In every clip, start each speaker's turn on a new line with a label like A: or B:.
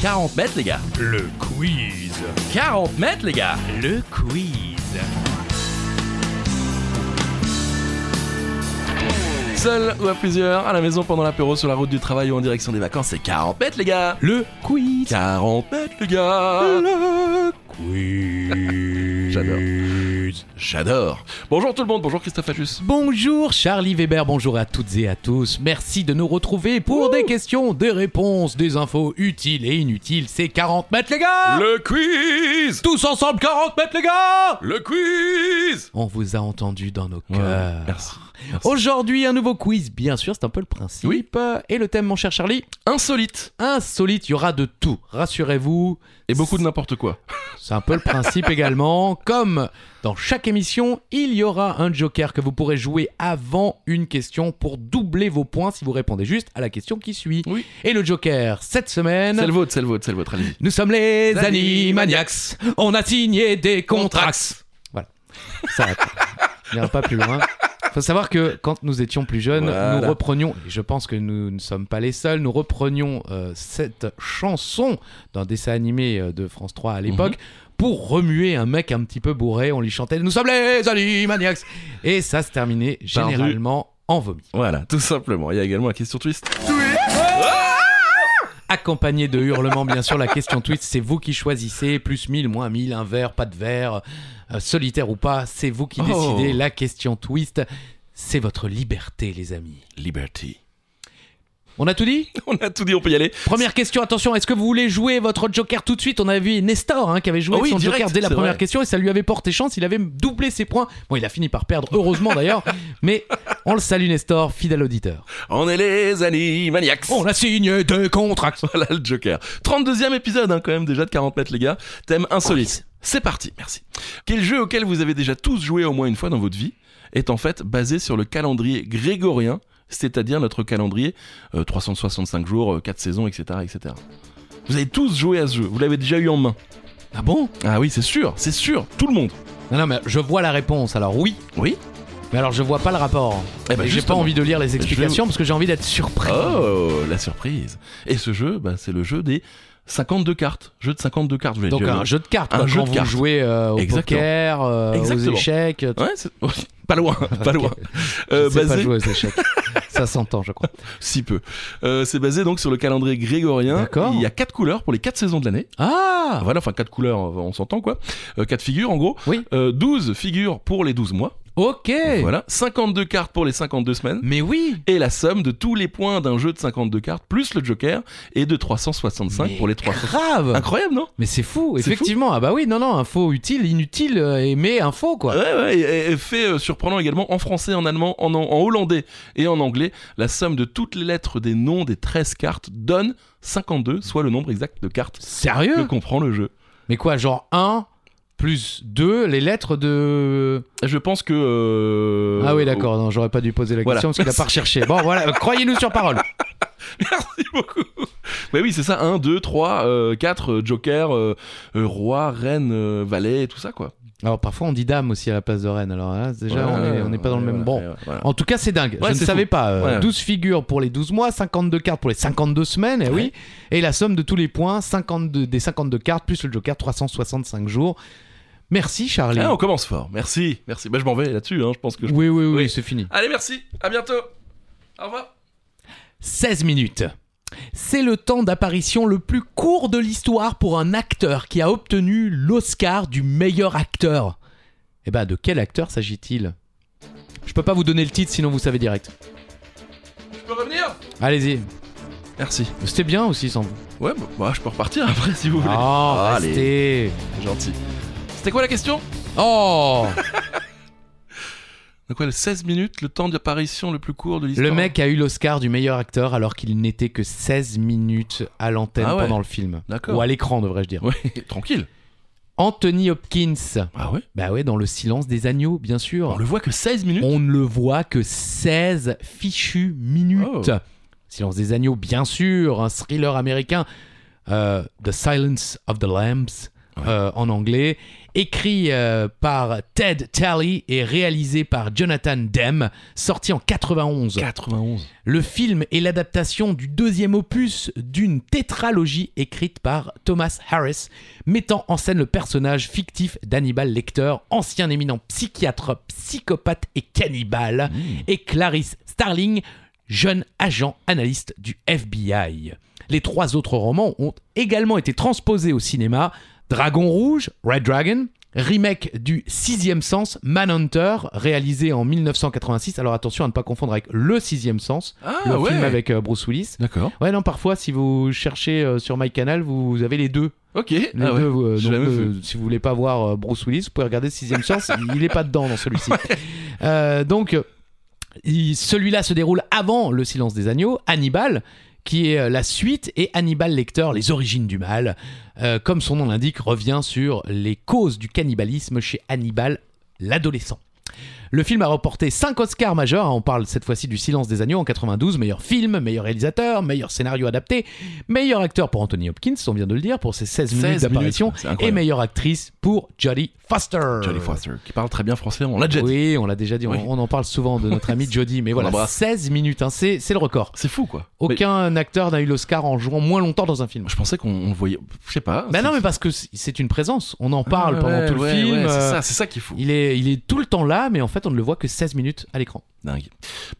A: 40 mètres, les gars.
B: Le quiz.
A: 40 mètres, les gars.
B: Le quiz.
A: Seul ou à plusieurs, à la maison pendant l'apéro, sur la route du travail ou en direction des vacances, c'est 40 mètres, les gars.
B: Le quiz. Ah.
A: 40 mètres, les gars.
B: Le quiz.
A: J'adore. J'adore. Bonjour tout le monde, bonjour Christophe Fachus.
B: Bonjour Charlie Weber, bonjour à toutes et à tous. Merci de nous retrouver pour des questions, des réponses, des infos utiles et inutiles. C'est 40 mètres les gars
A: Le quiz
B: Tous ensemble 40 mètres les gars
A: Le quiz
B: On vous a entendu dans nos
A: Ouais,
B: cœurs.
A: merci, merci.
B: Aujourd'hui un nouveau quiz, bien sûr, c'est un peu le principe. Euh,
A: Oui.
B: Et le thème mon cher Charlie
A: Insolite
B: Insolite, il y aura de tout, rassurez-vous.
A: et beaucoup de n'importe quoi.
B: C'est un peu le principe également. Comme dans chaque émission, il y aura un joker que vous pourrez jouer avant une question pour doubler vos points si vous répondez juste à la question qui suit.
A: Oui.
B: Et le joker, cette semaine,
A: C'est le vôtre, c'est le vôtre, c'est le vôtre, allez-y.
B: nous sommes les
A: Les
B: Animaniacs. On a signé des contrats. Voilà. Ça n'ira pas plus loin. Faut savoir que quand nous étions plus jeunes,
A: Voilà.
B: nous reprenions, et je pense que nous ne sommes pas les seuls, nous reprenions euh, cette chanson d'un dessin animé euh, de France 3 à l'époque
A: Mhm.
B: pour remuer un mec un petit peu bourré. On lui chantait Nous sommes les Animaniacs Et ça se terminait
A: Par du-
B: généralement en vomi.
A: Voilà, tout simplement. Il y a également la question twist.
B: accompagné de hurlements, bien sûr. La question tweet, c'est vous qui choisissez. Plus 1000, moins 1000, un verre, pas de verre, euh, solitaire ou pas, c'est vous qui
A: Oh.
B: décidez. La question twist, c'est votre liberté, les amis.
A: Liberty.
B: On a tout dit
A: On a tout dit, on peut y aller.
B: Première question, attention, est-ce que vous voulez jouer votre joker tout de suite On avait vu Nestor hein, qui avait joué
A: Oh oui,
B: son
A: direct,
B: joker dès la
A: c'est
B: première
A: vrai.
B: question et ça lui avait porté chance, il avait doublé ses points. Bon, il a fini par perdre, heureusement d'ailleurs, mais on le salue Nestor, fidèle auditeur.
A: On est les animaniacs.
B: On a signé deux contrats
A: Voilà le Joker. 32e épisode hein, quand même déjà de 40 mètres les gars. Thème insolite. C'est parti, merci. Quel jeu auquel vous avez déjà tous joué au moins une fois dans votre vie est en fait basé sur le calendrier grégorien, c'est-à-dire notre calendrier euh, 365 jours, 4 saisons, etc., etc. Vous avez tous joué à ce jeu, vous l'avez déjà eu en main.
B: Ah bon
A: Ah oui, c'est sûr, c'est sûr, tout le monde.
B: Non, non, mais je vois la réponse, alors oui,
A: Oui
B: Mais alors je vois pas le rapport.
A: Eh
B: Et j'ai
A: ben,
B: pas
A: justement.
B: envie de lire les
A: vais-
B: explications parce que j'ai envie d'être surpris.
A: Oh, la surprise. Et ce jeu, bah, c'est le jeu des 52 cartes. Jeu de 52 cartes, je vais
B: Donc
A: dire.
B: un jeu de cartes,
A: Un
B: quoi,
A: jeu
B: quand
A: de
B: vous
A: cartes.
B: jouez euh, au
A: Exactement.
B: poker, euh, aux
A: Exactement.
B: échecs. euh,
A: Ouais, c'est- pas loin, pas loin. Euh,
B: je sais pas
A: basé-
B: jouer aux échecs. Ça s'entend, je crois.
A: Si peu. Euh, c'est basé donc sur le calendrier grégorien.
B: D'accord.
A: Il y a quatre couleurs pour les quatre saisons de l'année.
B: Ah
A: Ah, voilà, enfin quatre couleurs, euh, on s'entend quoi. Euh, quatre figures en gros.
B: Oui.
A: Euh, 12 figures pour les 12 mois.
B: Ok
A: Voilà. 52 cartes pour les 52 semaines.
B: Mais oui
A: Et la somme de tous les points d'un jeu de 52 cartes, plus le joker, est de 365
B: Mais
A: pour les 300.
B: Grave
A: Incroyable, non
B: Mais c'est fou,
A: C'est fou.
B: effectivement. Ah bah oui, non, non, info utile, inutile, euh, et mais info quoi.
A: Ouais, ouais, et, et fait euh, surprenant également en français, en allemand, en, en- en hollandais et en anglais. La somme de toutes les lettres des noms des 13 cartes donne 52, soit le nombre exact de cartes que
B: Sérieux
A: comprend le jeu.
B: Mais quoi, genre 1 plus 2, les lettres de...
A: Je pense que. euh,
B: ah oui, d'accord, non, j'aurais pas dû poser la
A: Voilà.
B: question parce qu'il a pas recherché. Bon, voilà, euh, croyez-nous sur parole.
A: Merci beaucoup. Mais oui, c'est ça 1, 2, 3, 4, Joker, euh, euh, Roi, Reine, euh, Valet, tout ça quoi.
B: Alors parfois on dit dame aussi à la place de reine, alors là, déjà
A: Ouais,
B: on est- on n'est pas dans le
A: ouais,
B: même.
A: voilà,
B: Bon,
A: ouais, voilà.
B: en tout cas c'est dingue,
A: Ouais,
B: je ne
A: c'est
B: savais
A: fou.
B: pas. euh,
A: Ouais, ouais.
B: 12 figures pour les 12 mois, 52 cartes pour les 52 semaines, eh oui,
A: Ouais.
B: et la somme de tous les points, 52, des 52 cartes plus le joker, 365 jours. Merci Charlie.
A: Ah, on commence fort. Merci, merci. Bah, je m'en vais là-dessus, hein, je pense que je-
B: oui, oui, oui,
A: Oui.
B: c'est fini.
A: Allez, merci, à bientôt. Au revoir.
B: 16 minutes. C'est le temps d'apparition le plus court de l'histoire pour un acteur qui a obtenu l'Oscar du meilleur acteur. Eh ben, de quel acteur s'agit-il Je peux pas vous donner le titre, sinon vous savez direct.
A: Je peux revenir
B: Allez-y.
A: Merci.
B: C'était bien aussi sans vous.
A: Ouais, bah, bah, je peux repartir après si vous voulez.
B: Oh,
A: Allez.
B: restez.
A: Gentil. C'était quoi la question
B: Oh
A: Donc, ouais, le 16 minutes, le temps d'apparition le plus court de l'histoire.
B: Le mec a eu l'Oscar du meilleur acteur alors qu'il n'était que 16 minutes à l'antenne
A: Ah ouais.
B: pendant le film.
A: D'accord.
B: Ou à l'écran, devrais-je dire.
A: Ouais, tranquille.
B: Anthony Hopkins.
A: Ah ouais
B: Bah ouais, dans le silence des agneaux, bien sûr.
A: On le voit que 16 minutes
B: On ne le voit que 16 fichues minutes.
A: Oh.
B: Silence des agneaux, bien sûr, un thriller américain. Euh, the Silence of the Lambs, euh, en anglais, écrit euh, par Ted Talley et réalisé par Jonathan Demme, sorti en 91.
A: 91.
B: Le film est l'adaptation du deuxième opus d'une tétralogie écrite par Thomas Harris, mettant en scène le personnage fictif d'Hannibal Lecter, ancien éminent psychiatre, psychopathe et cannibale, et Clarice Starling, jeune agent analyste du FBI. Les trois autres romans ont également été transposés au cinéma Dragon Rouge, Red Dragon, remake du Sixième Sens, Manhunter, réalisé en 1986. Alors attention à ne pas confondre avec Le Sixième Sens,
A: Ah
B: le
A: ouais.
B: film avec euh, Bruce Willis.
A: D'accord.
B: Ouais, non, parfois, si vous cherchez euh, sur MyCanal, vous, vous avez les deux.
A: Ok.
B: Les
A: Ah ouais.
B: deux, euh,
A: j'ai
B: donc,
A: jamais
B: euh, si vous voulez pas voir euh, Bruce Willis, vous pouvez regarder Sixième Sens. il est pas dedans dans celui-ci. Euh, donc euh, il- celui-là se déroule avant Le Silence des Agneaux, Hannibal qui est euh, la suite et Hannibal Lecter, les origines du mal, euh, comme son nom l'indique, revient sur les causes du cannibalisme chez Hannibal l'adolescent. Le film a remporté 5 Oscars majeurs, hein, on parle cette fois-ci du Silence des Agneaux en 92, meilleur film, meilleur réalisateur, meilleur scénario adapté, meilleur acteur pour Anthony Hopkins, on vient de le dire, pour ses 16,
A: 16
B: minutes
A: minutes,
B: d'apparition,
A: c'est
B: et
A: incroyable.
B: meilleure actrice pour Jodie Foster.
A: Jodie Foster, qui parle très bien français, on l'a déjà dit.
B: Oui, on l'a déjà dit, on-
A: Oui.
B: on, en parle souvent de notre ami Jodie, mais
A: On
B: voilà,
A: l'embrasse.
B: 16 minutes, hein, c'est c'est le record.
A: C'est fou quoi.
B: Aucun acteur n'a eu l'Oscar en jouant moins longtemps dans un film.
A: Mais je pensais qu'on on le voyait, je sais pas.
B: Bah
A: Ah, c'est-
B: non, mais parce que c- c'est une présence, on en parle
A: Ah,
B: pendant
A: ouais,
B: tout le
A: ouais,
B: film.
A: ouais, c'est
B: euh,
A: ça, c'est ça qui est fou.
B: il, est, il est tout le temps là, mais en fait, on ne le voit que 16 minutes à l'écran.
A: Dingue.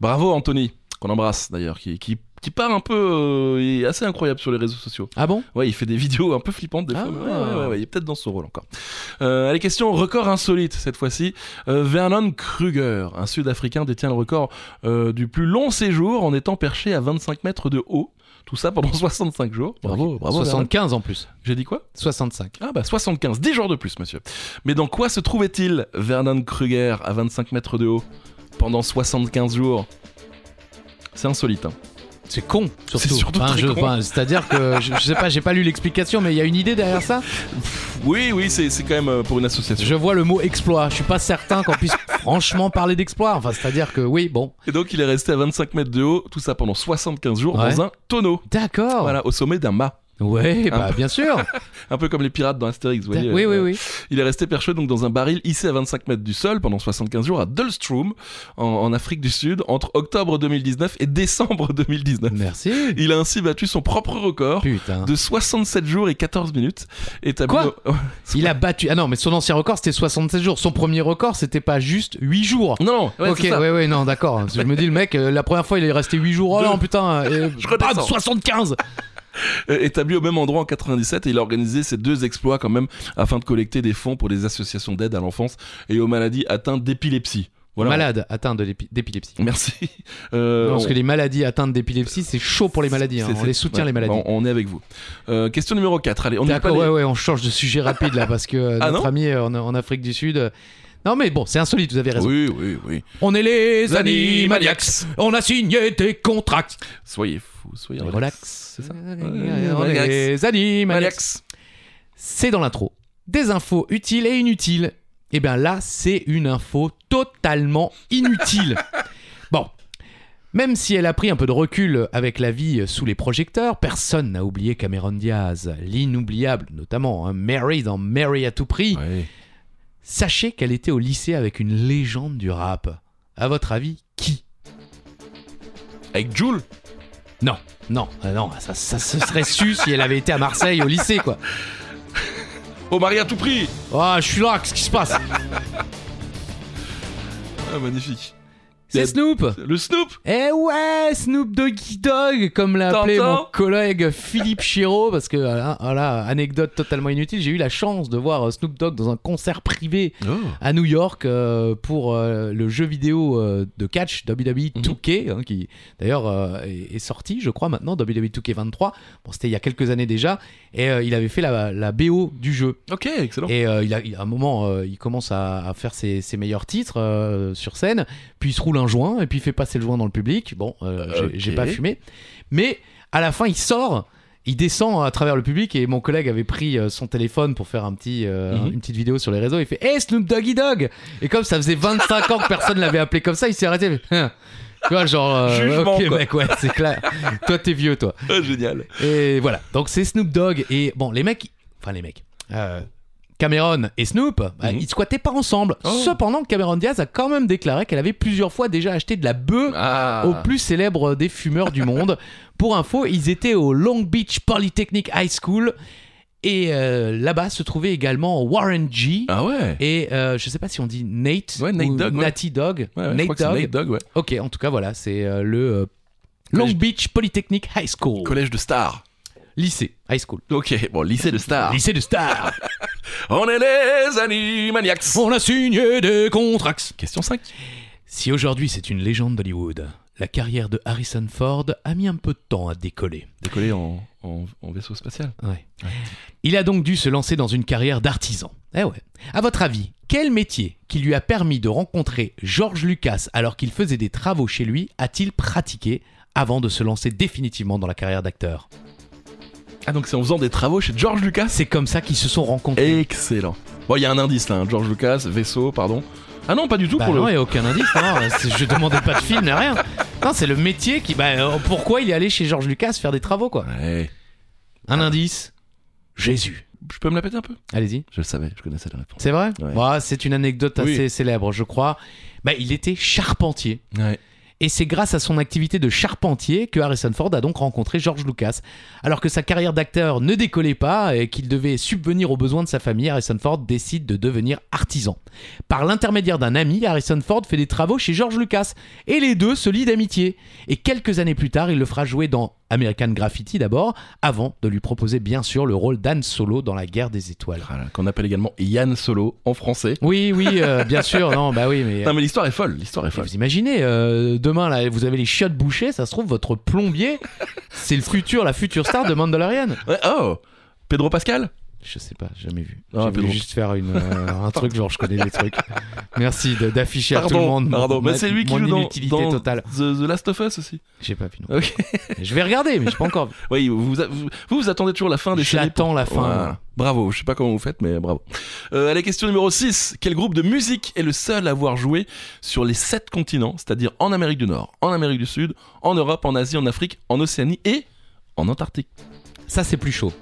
A: Bravo Anthony, qu'on embrasse d'ailleurs, qui, qui, qui part un peu, euh, il est assez incroyable sur les réseaux sociaux.
B: Ah bon
A: Ouais, il fait des vidéos un peu flippantes des
B: Ah.
A: fois. mais Ouais, ouais, ouais, ouais, il est peut-être dans son rôle encore. Euh, les questions record insolite cette fois-ci. Euh, Vernon Kruger, un Sud-Africain, détient le record euh, du plus long séjour en étant perché à 25 mètres de haut. Tout ça pendant 65 jours. Bravo, bravo. Vernon.
B: 75 en plus.
A: J'ai dit quoi
B: 65.
A: Ah bah 75, 10 jours de plus, monsieur. Mais dans quoi se trouvait-il Vernon Kruger à 25 mètres de haut pendant 75 jours C'est insolite. hein.
B: C'est con, surtout.
A: C'est surtout
B: Enfin,
A: très
B: je-
A: con.
B: enfin, C'est-à-dire que, je, je sais pas, j'ai pas lu l'explication, mais il y a une idée derrière ça
A: Oui, oui, c'est c'est quand même euh, pour une association.
B: Je vois le mot exploit. Je suis pas certain qu'on puisse franchement parler d'exploit. Enfin, c'est-à-dire que oui, bon,
A: Et donc il est resté à 25 mètres de haut, tout ça pendant 75 jours
B: Ouais. Oh.
A: dans un tonneau.
B: d'accord.
A: Voilà, au sommet d'un mât.
B: Ouais, bah bien sûr.
A: Un peu comme les pirates dans Astérix, vous voyez.
B: oui,
A: euh,
B: oui, oui.
A: Il est resté perché donc dans un baril hissé à 25 mètres du sol pendant 75 jours à Dulstroom, en, en Afrique du Sud, entre octobre 2019 et décembre 2019.
B: Merci.
A: Il a ainsi battu son propre record
B: Putain.
A: de 67 jours et 14 minutes. Établi
B: Quoi
A: au-
B: Il a battu. Ah non, mais son ancien record c'était 67 jours. Son premier record c'était pas juste 8 jours.
A: Non, ouais,
B: ok,
A: c'est ça.
B: ouais, ouais, non, d'accord. Je me dis, le mec, euh, la première fois il est resté 8 jours. Oh
A: Deux.
B: non, putain. euh,
A: Je
B: bam,
A: redescends.
B: 75.
A: Euh, Établi au même endroit en 97, et il a organisé ces deux exploits quand même afin de collecter des fonds pour des associations d'aide à l'enfance et aux maladies atteintes d'épilepsie. Voilà.
B: Malade atteint de l'épi- d'épilepsie.
A: Merci. Euh,
B: Non, Parce
A: on-
B: que les maladies atteintes d'épilepsie, c'est chaud pour les maladies. hein.
A: c'est-
B: On
A: c'est-
B: les soutient,
A: ouais,
B: les maladies.
A: bon, on est avec vous. Euh, question numéro 4. Allez, on n'est pas
B: D'accord, ouais,
A: les-
B: ouais, on change de sujet rapide là parce que euh,
A: Ah
B: notre
A: non
B: ami euh, en, en Afrique du Sud. euh, Non, mais bon, c'est insolite, vous avez raison.
A: Oui, oui, oui.
B: On est les animaniacs,
A: Animaniacs.
B: on a signé des contrats.
A: Soyez fous, soyez
B: Relax.
A: relax. C'est ça
B: on est les animaniacs.
A: Maniax.
B: C'est dans l'intro. Des infos utiles et inutiles. Et bien là, c'est une info totalement inutile. bon. Même si elle a pris un peu de recul avec la vie sous les projecteurs, personne n'a oublié Cameron Diaz, l'inoubliable notamment, hein, Mary dans Mary à tout prix.
A: Ouais.
B: Sachez qu'elle était au lycée avec une légende du rap. À votre avis, qui
A: Avec Jules
B: Non, non, euh, non, ça, ça se serait su si elle avait été à Marseille au lycée, quoi.
A: Au mari Oh, à tout prix
B: Ah, je suis là, qu'est-ce qui se passe
A: ah, Magnifique.
B: C'est Snoop
A: Le Snoop
B: Eh ouais, Snoop Doggy Dog, comme l'a appelé
A: T'entends
B: mon collègue Philippe Chiro, parce que, voilà, voilà, anecdote totalement inutile, j'ai eu la chance de voir euh, Snoop Dogg dans un concert privé à New York euh, pour euh, le jeu vidéo euh, de catch WWE 2K hein, qui d'ailleurs euh, est, est sorti je crois maintenant E WWE 2K 23 bon c'était il y a quelques années déjà et euh, il avait fait la, la BO du jeu
A: Ok, excellent.
B: et euh, il a, il- à un moment euh, il commence à, à faire ses, ses meilleurs titres euh, sur scène puis il se roule un joint et puis il fait passer le joint dans le public bon euh, j'ai-
A: Ok.
B: j'ai pas fumé mais à la fin il sort il descend à travers le public et mon collègue avait pris euh, son téléphone pour faire un petit, euh,
A: Mhm.
B: une petite vidéo sur les réseaux. Il fait Hey Snoop Doggy Dog Et comme ça faisait 25 ans que personne l'avait appelé comme ça, il s'est arrêté. Hein. tu vois, genre. euh,
A: Jugement,
B: ok,
A: quoi.
B: mec, ouais, c'est clair. toi, t'es vieux, toi.
A: Ah, génial.
B: Et voilà. Donc, c'est Snoop Dogg. Et bon, les mecs. Enfin, les mecs. Euh, Cameron et Snoop, bah,
A: Mhm.
B: ils squattaient pas ensemble.
A: Oh.
B: Cependant, Cameron Diaz a quand même déclaré qu'elle avait plusieurs fois déjà acheté de la bœuf
A: Ah.
B: au plus célèbre des fumeurs du monde. Pour info, ils étaient au Long Beach Polytechnic High School et euh, là-bas se trouvait également Warren G.
A: Ah ouais.
B: Et euh, je sais pas si on dit Nate
A: Ouais, Nate
B: ou
A: Dogg, ouais.
B: Natty Dog.
A: Ouais, ouais, je
B: Nate
A: crois que c'est
B: Dog.
A: Nate Dogg, ouais.
B: Ok, en tout cas, voilà, c'est euh, le euh, Long
A: Collège-
B: Beach Polytechnic High School.
A: Collège de stars.
B: Lycée, high school.
A: Ok, bon, lycée de stars.
B: Lycée de stars.
A: On est les animaniacs.
B: on a signé des contrats.
A: Question 5.
B: Si aujourd'hui c'est une légende d'Hollywood, la carrière de Harrison Ford a mis un peu de temps à décoller.
A: Décoller en, en- en vaisseau spatial. Ouais.
B: Il a donc dû se lancer dans une carrière d'artisan. Eh ouais. À votre avis, quel métier qui lui a permis de rencontrer George Lucas alors qu'il faisait des travaux chez lui a-t-il pratiqué avant de se lancer définitivement dans la carrière d'acteur
A: Ah, donc c'est en faisant des travaux chez George Lucas.
B: C'est comme ça qu'ils se sont rencontrés.
A: Excellent. Bon, il y a un indice là. hein. George Lucas, vaisseau, pardon. Ah non, pas du tout
B: Bah
A: pour
B: non,
A: le.
B: il n'y a aucun indice, non. C'est- je demandais pas de film, ni rien. Non, c'est le métier qui. Bah, euh, pourquoi il est allé chez George Lucas faire des travaux, quoi
A: Ouais. Ah.
B: Un indice Jésus.
A: Je peux me la péter un peu
B: Allez-y.
A: Je le savais, je connaissais la réponse.
B: C'est vrai
A: Ouais.
B: Bah, C'est une anecdote
A: Oui.
B: assez célèbre, je crois. Bah, il était charpentier.
A: Ouais.
B: Et c'est grâce à son activité de charpentier que Harrison Ford a donc rencontré George Lucas. Alors que sa carrière d'acteur ne décollait pas et qu'il devait subvenir aux besoins de sa famille, Harrison Ford décide de devenir artisan. Par l'intermédiaire d'un ami, Harrison Ford fait des travaux chez George Lucas et les deux se lient d'amitié. Et quelques années plus tard, il le fera jouer dans American Graffiti d'abord, avant de lui proposer bien sûr le rôle d'Anne Solo dans La Guerre des Étoiles.
A: Voilà, qu'on appelle également Yann Solo en français.
B: Oui, oui, euh, bien sûr, non, bah oui, mais.
A: Non mais l'histoire est folle, l'histoire est folle.
B: Vous imaginez, euh, demain, là, vous avez les chiottes bouchées, ça se trouve, votre plombier, c'est le futur, la future star de Mandalorian.
A: Ouais, oh Pedro Pascal
B: Je sais pas, jamais vu.
A: Ah,
B: J'ai voulu
A: Pedro.
B: juste faire une, euh, un truc, genre je connais des trucs. Merci de- d'afficher à tout le
A: Pardon,
B: monde. mon-
A: pardon, mais
B: ma-
A: c'est lui qui
B: mon
A: joue dans,
B: inutilité
A: dans
B: totale.
A: The, The Last of Us aussi.
B: J'ai pas vu non.
A: Ok.
B: Je vais regarder, mais j'ai pas encore vu.
A: Oui, vous vous, vous vous attendez toujours la fin des séries.
B: J'attends la fin.
A: Voilà. Bravo, je sais pas comment vous faites, mais bravo. Euh, à la question numéro 6, quel groupe de musique est le seul à avoir joué sur les 7 continents, c'est-à-dire en Amérique du Nord, en Amérique du Sud, en Europe, en Asie, en Afrique, en Océanie et en Antarctique
B: Ça, c'est plus chaud.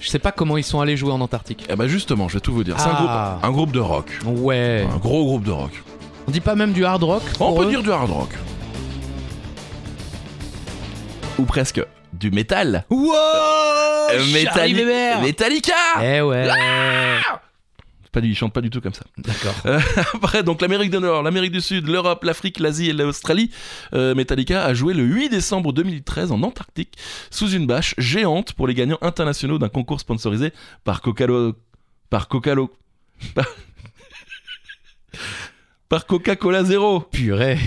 B: Je sais pas comment ils sont allés jouer en Antarctique.
A: Eh ben justement, je vais tout vous dire. C'est un
B: Ah.
A: groupe, un groupe de rock.
B: Ouais.
A: Un gros groupe de rock.
B: On dit pas même du hard rock
A: On
B: pour
A: peut
B: eux
A: dire du hard rock. Ou presque du métal.
B: Wow
A: Euh,
B: Charlie
A: Metalli-
B: Weber
A: Metallica Ah
B: Eh ouais.
A: Pas du, ils chantent pas du tout comme ça.
B: D'accord.
A: Après, donc l'Amérique du Nord, l'Amérique du Sud, l'Europe, l'Afrique, l'Asie et l'Australie, euh, Metallica a joué le 8 décembre 2013 en Antarctique sous une bâche géante pour les gagnants internationaux d'un concours sponsorisé par Coca-Cola. Par Coca-Cola. Par, par Coca-Cola Zéro.
B: Purée.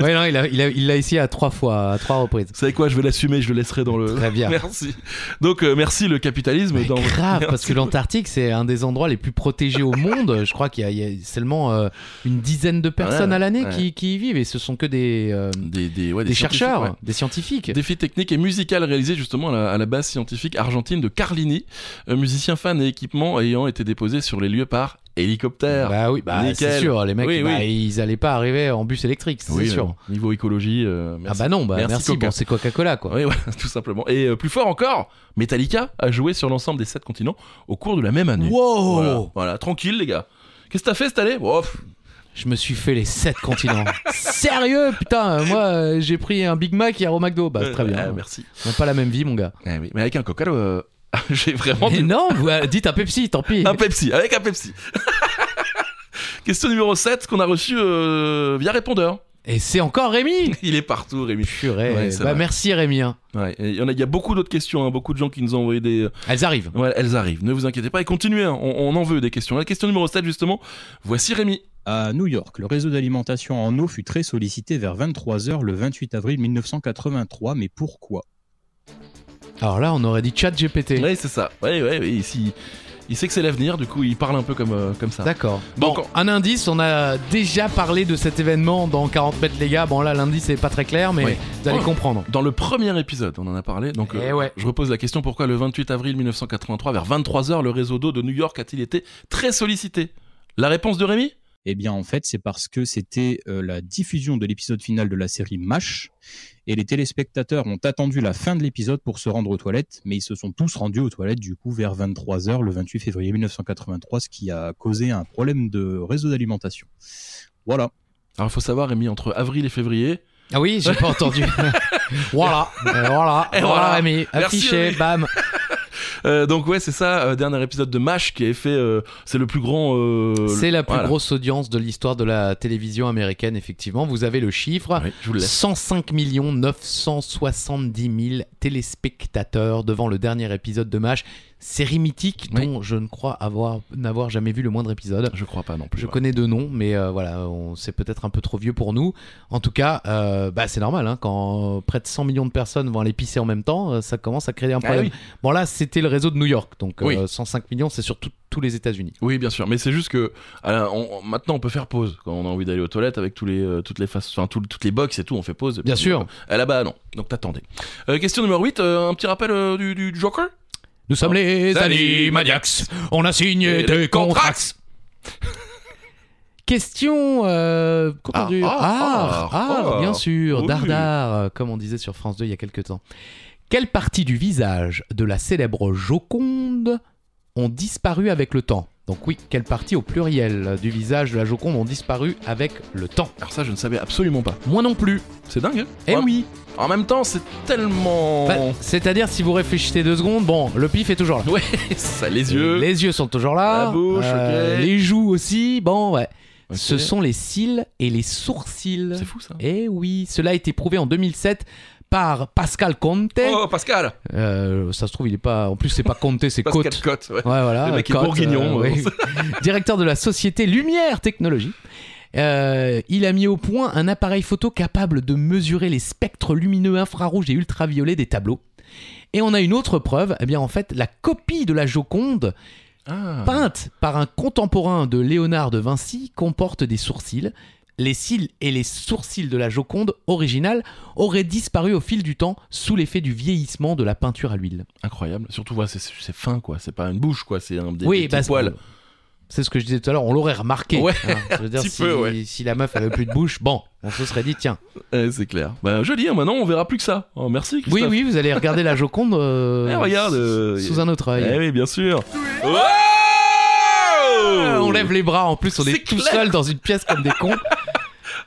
B: Ouais, non, il l'a il a, il l'a essayé à trois fois, à trois reprises.
A: Vous savez quoi, je vais l'assumer, je le laisserai dans le.
B: Très bien.
A: Euh, Merci. Donc euh, merci le capitalisme
B: Mais
A: dans
B: grave, parce que l'Antarctique, c'est un des endroits les plus protégés au monde. Je crois qu'il y a- il y, a seulement euh, une dizaine de personnes
A: Ouais,
B: à l'année
A: ouais.
B: qui, qui y vivent et ce sont que des, euh,
A: des, des, ouais,
B: des,
A: des scientifiques,
B: chercheurs,
A: ouais.
B: des scientifiques.
A: Défi technique et musical réalisé justement à la, à la base scientifique argentine de Carlini, euh, musicien fan et équipement ayant été déposé sur les lieux par hélicoptère.
B: Bah oui, bah, c'est
A: Nickel.
B: sûr, les mecs,
A: Oui,
B: bah,
A: oui.
B: ils allaient pas arriver en bus électrique, c'est
A: Oui,
B: sûr.
A: euh, niveau écologie, euh,
B: ah
A: merci.
B: bah non, bah merci,
A: Merci, Coca.
B: bon, c'est Coca-Cola quoi.
A: Oui, voilà, tout simplement. Et euh, plus fort encore, Metallica a joué sur l'ensemble des sept continents au cours de la même année.
B: Wow
A: Voilà, voilà, tranquille les gars. Qu'est-ce que t'as fait cette année Bon, pff,
B: Je me suis fait les sept continents. Sérieux, putain, euh, moi euh, j'ai pris un Big Mac hier au McDo. Bah très
A: euh,
B: bien.
A: ah, merci.
B: On n'a pas la même vie, mon gars.
A: Eh oui, mais avec un coca, euh, j'ai vraiment
B: Mais
A: du
B: non, vous, euh, dites un Pepsi, tant pis.
A: Un Pepsi, avec un Pepsi. Question numéro 7 qu'on a reçu euh, via répondeur.
B: Et c'est encore Rémi
A: Il est partout, Rémi.
B: Purée,
A: Ouais, c'est
B: bah
A: vrai.
B: merci Rémi. hein.
A: Ouais, et il y, en a, il y a beaucoup d'autres questions, hein, beaucoup de gens qui nous ont envoyé des. euh,
B: Elles arrivent.
A: Ouais, elles arrivent, ne vous inquiétez pas et continuez, hein, on, on en veut des questions. La question numéro 7, justement, voici Rémi.
C: À New York, le réseau d'alimentation en eau fut très sollicité vers 23h le 28 avril 1983, mais pourquoi
B: Alors là, on aurait dit chat GPT.
A: Ouais, c'est ça. Ouais, ouais, ouais, ici. Il sait que c'est l'avenir, du coup, il parle un peu comme, euh, comme ça.
B: D'accord. Bon,
A: Bon, quand-
B: un indice, on a déjà parlé de cet événement dans 40 mètres les gars. Bon là, l'indice c'est pas très clair, mais
A: Oui.
B: vous allez
A: Oh.
B: comprendre.
A: Dans le premier épisode, on en a parlé, donc
B: Eh
A: euh,
B: ouais.
A: je repose la question pourquoi le 28 avril 1983, vers 23h, le réseau d'eau de New York a-t-il été très sollicité La réponse de Rémi
C: Eh bien, en fait, c'est parce que c'était euh, la diffusion de l'épisode final de la série MASH et les téléspectateurs ont attendu la fin de l'épisode pour se rendre aux toilettes, mais ils se sont tous rendus aux toilettes du coup vers 23h le 28 février 1983, ce qui a causé un problème de réseau d'alimentation. Voilà.
A: Alors, il faut savoir, Rémi, entre avril et février,
B: Ah oui, j'ai pas entendu. voilà, euh, voilà,
A: Et voilà.
B: voilà, Rémi,
A: Merci,
B: affiché,
A: Rémi.
B: bam.
A: Euh, donc ouais, c'est ça, euh, dernier épisode de MASH qui est fait, euh, c'est le plus grand... euh,
B: C'est la plus
A: voilà.
B: grosse audience de l'histoire de la télévision américaine, effectivement. Vous avez le chiffre.
A: Oui, je vous le laisse.
B: 105 970 000 téléspectateurs devant le dernier épisode de MASH, série mythique
A: Oui.
B: dont je ne crois avoir n'avoir jamais vu le moindre épisode.
A: Je crois pas non plus.
B: Je
A: ouais.
B: connais deux noms, mais euh, voilà, on- c'est peut-être un peu trop vieux pour nous. En tout cas, euh, bah, c'est normal, hein, quand près de 100 millions de personnes vont aller pisser en même temps, euh, ça commence à créer un
A: Ah
B: problème.
A: oui.
B: Bon là, c'était le réseau de New York, donc euh,
A: Oui.
B: 105 millions, c'est sur tout- tous les États-Unis.
A: Oui, bien sûr, mais c'est juste que à la- on- on- maintenant on peut faire pause quand on a envie d'aller aux toilettes avec tous les, euh, toutes les faces, enfin tout- toutes les box et tout, on fait pause.
B: Bien sûr,
A: Ah, là-bas, non. Donc t'attendais. Euh, question numéro 8, un petit rappel euh, du, du Joker
B: nous sommes les Animaniacs, on a signé des contrats. Question euh,
A: Ah,
B: art,
A: ah,
B: art,
A: art,
B: art, bien sûr,
A: oui.
B: dardard, euh, comme on disait sur France 2 il y a quelque temps. Quelle partie du visage de la célèbre Joconde ont disparu avec le temps Donc oui, quelle partie au pluriel du visage de la Joconde ont disparu avec le temps
A: Alors ça, je ne savais absolument pas.
B: Moi non plus.
A: C'est dingue. hein
B: Eh
A: En-
B: oui.
A: En même temps, c'est tellement...
B: Bah, C'est-à-dire si vous réfléchissez deux secondes, bon, le pif est toujours là.
A: Ouais, ça, les yeux.
B: Les yeux sont toujours là. Euh,
A: La bouche, ok.
B: Les joues aussi. Bon, ouais.
A: Ok.
B: Ce sont les cils et les sourcils.
A: C'est fou ça.
B: Eh oui, cela a été prouvé en 2007 par Pascal Conte.
A: Oh, Pascal
B: Euh, ça se trouve, il est pas. En plus, c'est pas Conte, c'est
A: Pascal
B: Cote.
A: Cotte, ouais.
B: Ouais, voilà.
A: Le mec est
B: Cote,
A: bourguignon, hein.
B: oui. Directeur de la société Lumière Technologie. Euh, il a mis au point un appareil photo capable de mesurer les spectres lumineux infrarouges et ultraviolets des tableaux. Et on a une autre preuve, eh bien en fait la copie de la Joconde
A: Ah.
B: peinte par un contemporain de Léonard de Vinci comporte des sourcils. Les cils et les sourcils de la Joconde originale auraient disparu au fil du temps sous l'effet du vieillissement de la peinture à l'huile.
A: Incroyable. Surtout, voilà, c'est- c'est fin, quoi. C'est pas une bouche, quoi. C'est un des, des petits
B: bah, c'est-
A: poils.
B: C'est ce que je disais tout à l'heure, on l'aurait remarqué.
A: Ouais,
B: hein. Je veux dire,
A: petit
B: si,
A: peu, ouais.
B: si la meuf avait plus de bouche, bon, on se serait dit, tiens.
A: Ouais, c'est clair. Bah, joli, hein, maintenant, on verra plus que ça. Oh, merci, Christophe.
B: Oui, oui, vous allez regarder la Joconde euh,
A: Eh, regarde, euh,
B: sous un autre œil.
A: Eh oui, bien sûr.
B: Ah,
A: Wow
B: On lève les bras en plus, on est,
A: C'est
B: tout
A: clair.
B: seul dans une pièce comme des cons.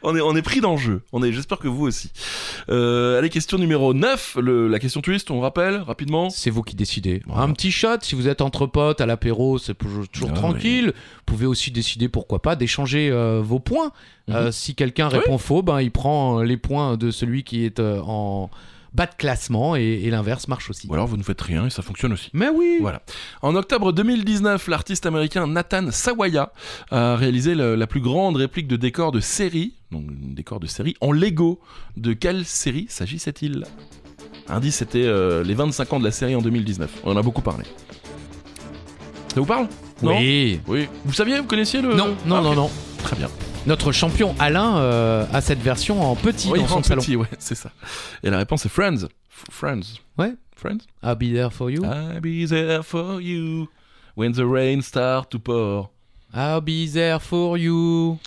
A: on est, on est pris dans le jeu. On est, j'espère que vous aussi. Euh, allez, question numéro 9. Le, la question twist, on rappelle rapidement.
B: C'est vous qui décidez.
A: Voilà.
B: Un petit shot, si vous êtes entre potes, à l'apéro, c'est toujours toujours
A: Ah,
B: tranquille. Vous pouvez aussi décider, pourquoi pas, d'échanger euh, vos points. Euh, si quelqu'un
A: Oui.
B: répond faux, ben, il prend euh, les points de celui qui est euh, en bas de classement et, et l'inverse marche aussi.
A: Ou alors, vous ne faites rien et ça fonctionne aussi.
B: Mais oui
A: Voilà. En octobre 2019, l'artiste américain Nathan Sawaya a réalisé le- la plus grande réplique de décor de série, donc un décor de série en Lego. De quelle série s'agissait-il Indice, c'était euh, les 25 ans de la série en 2019. On en a beaucoup parlé. Ça vous parle Non
B: Oui.
A: Oui. Vous saviez, vous connaissiez le
B: Non, Euh, non,
A: Ah,
B: non,
A: ok.
B: non.
A: Très bien.
B: Notre champion Alain euh, a cette version en petit
A: Oui,
B: dans son
A: en
B: salon.
A: petit, ouais, c'est ça. Et la réponse est Friends. F- Friends.
B: Ouais.
A: Friends.
B: I'll be there for you.
A: I'll be there for you when the rain starts to pour.
B: Ah. I'll be there for you.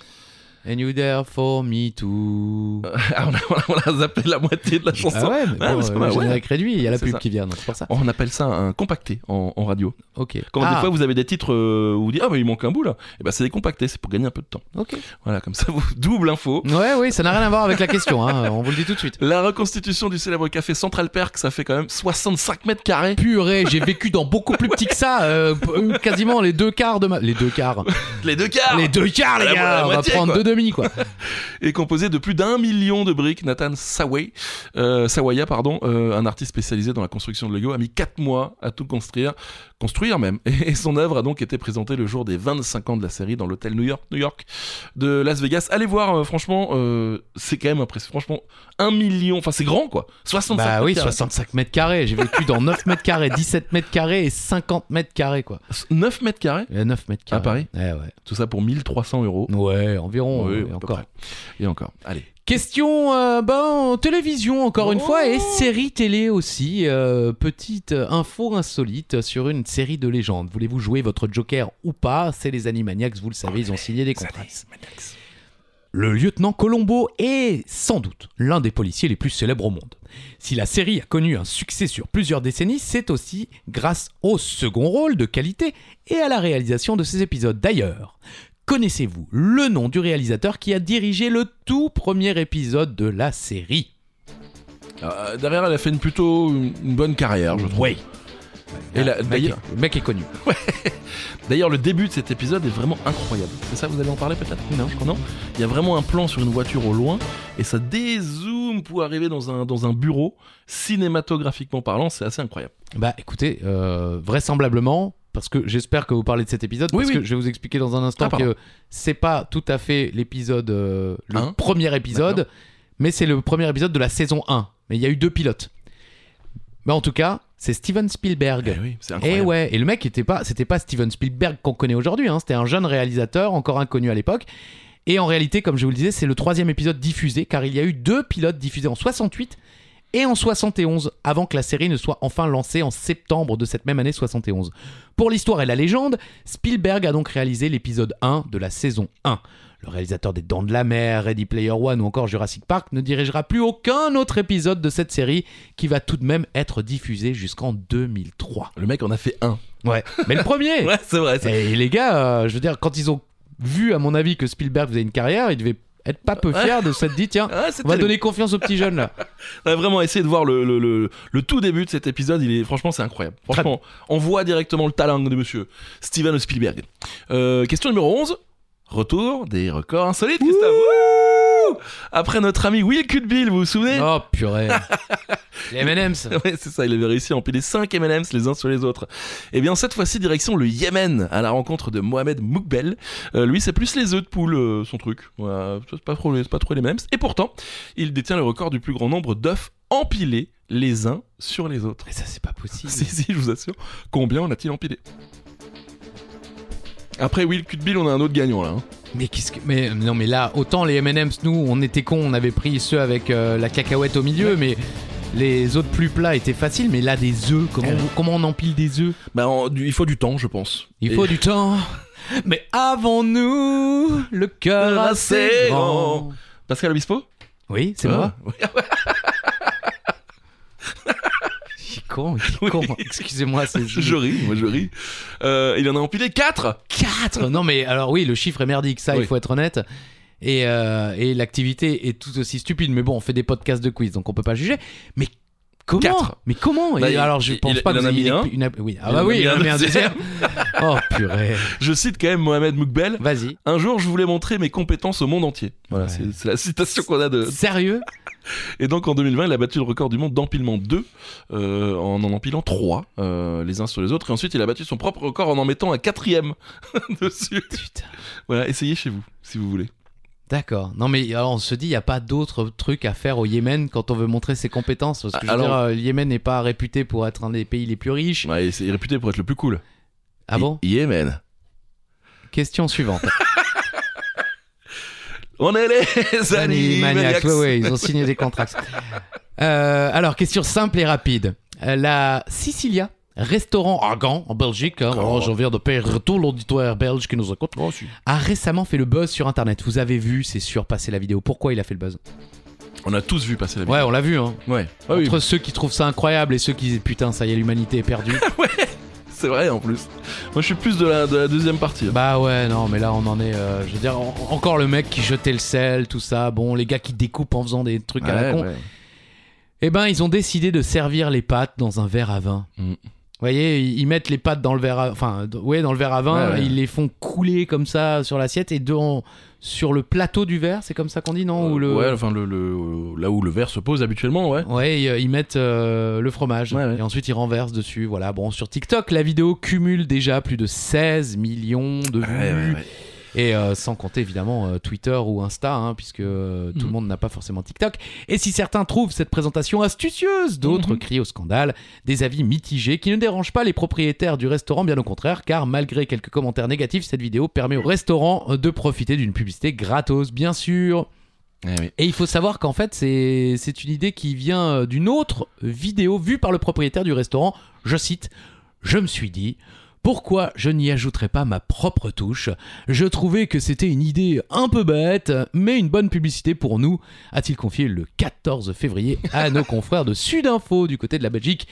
B: And you there for me too.
A: Ah, on, a, on a zappé la moitié de la chanson.
B: Ah ouais, mais
A: Ah,
B: bon,
A: mais c'est pas
B: euh,
A: mal,
B: le
A: ouais.
B: générique réduit, il y a la
A: C'est
B: pub
A: ça.
B: qui vient, donc c'est pour ça.
A: On appelle ça un compacté en, en radio.
B: Ok.
A: Quand
B: Ah,
A: des fois vous avez des titres euh, où vous dites Ah, mais il manque un bout là, et ben c'est des compactés, c'est pour gagner un peu de temps.
B: ok.
A: Voilà, comme ça vous double info.
B: Ouais, oui, ça n'a rien à voir avec la question, hein, on vous le dit tout de suite.
A: La reconstitution du célèbre café Central Perk, ça fait quand même 65 mètres carrés.
B: Purée, j'ai vécu dans beaucoup plus petit que ça, euh, p- euh, quasiment les deux quarts de ma. Les deux quarts
A: Les deux quarts
B: Les deux quarts, les
A: Ah, La mo- la
B: gars On va
A: moitié,
B: prendre
A: quoi.
B: deux demi, quoi.
A: est composé de plus d'un million de briques. Nathan Saway, euh, Sawaya, pardon, euh, un artiste spécialisé dans la construction de Lego, a mis 4 mois à tout construire, construire même. Et, et son œuvre a donc été présentée le jour des 25 ans de la série dans l'hôtel New York, New York de Las Vegas. Allez voir, euh, franchement, euh, c'est quand même impressionnant. Franchement, un million, enfin c'est grand quoi. 65
B: Bah oui,
A: mètres carrés.
B: 65 mètres carrés. J'ai vécu dans 9 mètres carrés, 17 mètres carrés et 50 mètres carrés, quoi.
A: 9 mètres carrés,
B: Euh, 9 mètres carrés. Eh
A: À Paris
B: Ouais, ouais.
A: tout ça pour 1300 euros.
B: Ouais, environ.
A: Oui,
B: euh,
A: à peu
B: encore.
A: près. Et encore. Allez.
B: Question euh, ben, télévision encore une
A: Oh.
B: fois et série télé aussi. Euh, petite info insolite sur une série de légende. Voulez-vous jouer votre Joker ou pas C'est les Animaniacs, vous le savez, ils ont signé des contrats. Le lieutenant Colombo est sans doute l'un des policiers les plus célèbres au monde. Si la série a connu un succès sur plusieurs décennies, c'est aussi grâce au second rôle de qualité et à la réalisation de ses épisodes. D'ailleurs, connaissez-vous le nom du réalisateur qui a dirigé le tout premier épisode de la série
A: Euh, derrière, elle a fait une plutôt une une bonne carrière, je trouve.
B: Oui.
A: Et là,
B: Ah, le, mec
A: d'ailleurs-
B: est, le mec est connu.
A: D'ailleurs, le début de cet épisode est vraiment incroyable. C'est ça, vous allez en parler peut-être
B: Non.
A: je crois non. Il y a vraiment un plan sur une voiture au loin et ça dézoome pour arriver dans un, dans un bureau. Cinématographiquement parlant, c'est assez incroyable.
B: Bah écoutez, euh, vraisemblablement, parce que j'espère que vous parlez de cet épisode,
A: Oui,
B: parce
A: oui.
B: que je vais vous expliquer dans un instant
A: Ah, pardon.
B: que c'est pas tout à fait l'épisode, euh, le
A: Un.
B: premier épisode,
A: Hein D'accord.
B: mais c'est le premier épisode de la saison 1. Mais il y a eu deux pilotes. Mais en tout cas, c'est Steven Spielberg.
A: Eh oui, c'est
B: Et
A: incroyable.
B: ouais, et le mec était pas, c'était pas Steven Spielberg qu'on connaît aujourd'hui, hein, c'était un jeune réalisateur encore inconnu à l'époque. Et en réalité, comme je vous le disais, c'est le troisième épisode diffusé, car il y a eu deux pilotes diffusés en 68 et en 71, avant que la série ne soit enfin lancée en septembre de cette même année 71. Pour l'histoire et la légende, Spielberg a donc réalisé l'épisode 1 de la saison 1. Le réalisateur des Dents de la Mer, Ready Player One ou encore Jurassic Park ne dirigera plus aucun autre épisode de cette série qui va tout de même être diffusé jusqu'en 2003.
A: Le mec en a fait un.
B: Ouais, mais le premier
A: Ouais, c'est vrai. c'est-
B: Et les gars, euh, je veux dire, quand ils ont vu, à mon avis, que Spielberg faisait une carrière, ils devaient être pas peu fiers de se dit tiens,
A: Ah, c'était
B: on va
A: le-
B: donner confiance aux petits jeunes là.
A: On a vraiment essayé de voir le, le, le, le tout début de cet épisode. Il est franchement, c'est incroyable. Franchement, on voit directement le talent de Monsieur Steven Spielberg. Euh, question numéro 11. Retour des records insolites, Christophe. Wouh Après notre ami Will Cutbill, vous vous souvenez
B: Oh purée. les M&M's.
A: Ouais, c'est ça, il avait réussi à empiler 5 M&M's les uns sur les autres. Et bien cette fois-ci, direction le Yémen, à la rencontre de Mohamed Moukbel. Euh, lui, c'est plus les œufs de poule, euh, son truc. Ouais, c'est pas trop, c'est pas trop les M&M's. Et pourtant, il détient le record du plus grand nombre d'œufs empilés les uns sur les autres.
B: Mais ça c'est pas possible.
A: Si, si, je vous assure. Combien en a-t-il empilé Après Will Cutbill, on a un autre gagnant là. hein.
B: Mais qu'est-ce que mais non mais là autant les M&M's nous on était cons, on avait pris ceux avec euh, la cacahuète au milieu mais les autres plus plats étaient faciles mais là des œufs comment
A: Ouais.
B: on- comment on empile des œufs
A: Bah, en- du- il faut du temps, je pense.
B: Il
A: Et-
B: faut du temps. Mais avons-nous le cœur assez
A: Assez
B: grand
A: grand. Pascal Obispo
B: Oui, c'est
A: Ah,
B: moi.
A: oui.
B: Il est con, il est con. Excusez-moi, c'est
A: Je ris, moi je ris. Euh, il en a empilé 4
B: 4. Non mais alors oui, le chiffre est merdique, ça
A: Oui.
B: il faut être honnête. Et, euh, et l'activité est tout aussi stupide, mais bon, on fait des podcasts de quiz, donc on peut pas juger. Mais comment
A: Quatre.
B: Mais comment
A: Bah,
B: Et
A: il-
B: alors je
A: il-
B: pense
A: il-
B: pas
A: il
B: que
A: en a
B: vous
A: mis
B: ayez
A: un.
B: une- oui, ah
A: Il
B: bah
A: en a
B: oui,
A: mis
B: il en a
A: un
B: mis un deuxième. oh purée.
A: Je cite quand même Mohamed Moukbel.
B: Vas-y.
A: Un jour, je voulais montrer mes compétences au monde entier. Voilà,
B: Ouais.
A: c'est- c'est la citation qu'on a de.
B: Sérieux
A: Et donc en 2020, il a battu le record du monde d'empilement 2, euh, en en empilant 3, les uns sur les autres. Et ensuite, il a battu son propre record en en mettant un quatrième dessus.
B: Putain.
A: Voilà, essayez chez vous, si vous voulez.
B: D'accord. Non mais alors on se dit, il n'y a pas d'autre truc à faire au Yémen quand on veut montrer ses compétences. Parce que je veux
A: Alors-
B: dire, euh, le Yémen n'est pas réputé pour être un des pays les plus riches.
A: Ouais, et c'est il est réputé pour être le plus cool.
B: Ah bon
A: Y- Yémen.
B: Question suivante.
A: On est les
B: Animaniacs,
A: animaniacs.
B: ouais, ouais, ils ont signé des contrats. Euh, alors, question simple et rapide. Euh, la Sicilia, restaurant argan en Belgique, hein,
A: Oh.
B: oh, j'en viens de perdre tout l'auditoire belge qui nous écoute,
A: Oh, si.
B: a récemment fait le buzz sur Internet. Vous avez vu, c'est sûr, passer la vidéo. Pourquoi il a fait le buzz
A: On a tous vu passer la vidéo.
B: Ouais, on l'a vu, hein.
A: Ouais. Ah oui,
B: Entre ceux qui trouvent ça incroyable et ceux qui disent putain, ça y est, l'humanité est perdue.
A: c'est vrai en plus. Moi, je suis plus de la, de la deuxième partie. hein.
B: Bah ouais, non, mais là on en est. euh, je veux dire, en- encore le mec qui jetait le sel, tout ça. Bon, les gars qui découpent en faisant des trucs à la
A: Ouais,
B: con.
A: ouais.
B: Eh ben, ils ont décidé de servir les pâtes dans un verre à vin.
A: Mm.
B: Vous voyez, ils ils mettent les pâtes dans le verre à, enfin, d- ouais, dans le verre à vin,
A: Ouais, ouais.
B: ils les font couler comme ça sur l'assiette et dans- sur le plateau du verre, c'est comme ça qu'on dit, non Ou le...
A: Euh, Ouais, enfin, le, le- là où le verre se pose habituellement, ouais.
B: Ouais, ils- ils mettent euh, le fromage
A: Ouais, ouais.
B: et ensuite ils renversent dessus. Voilà, bon, sur TikTok, la vidéo cumule déjà plus de 16 millions de
A: Ah
B: vues.
A: Mmh.
B: Et euh, sans compter évidemment euh, Twitter ou Insta, hein, puisque euh, tout
A: Mhm.
B: le monde n'a pas forcément TikTok. Et si certains trouvent cette présentation astucieuse, d'autres
A: Mhm.
B: crient au scandale, des avis mitigés qui ne dérangent pas les propriétaires du restaurant, bien au contraire, car malgré quelques commentaires négatifs, cette vidéo permet au restaurant euh, de profiter d'une publicité gratos, bien sûr.
A: Eh oui.
B: Et il faut savoir qu'en fait, c'est c'est une idée qui vient euh, d'une autre vidéo vue par le propriétaire du restaurant. Je cite Je me suis dit. Pourquoi je n'y ajouterais pas ma propre touche Je trouvais que c'était une idée un peu bête, mais une bonne publicité pour nous, a-t-il confié le 14 février à nos confrères de Sudinfo du côté de la Belgique.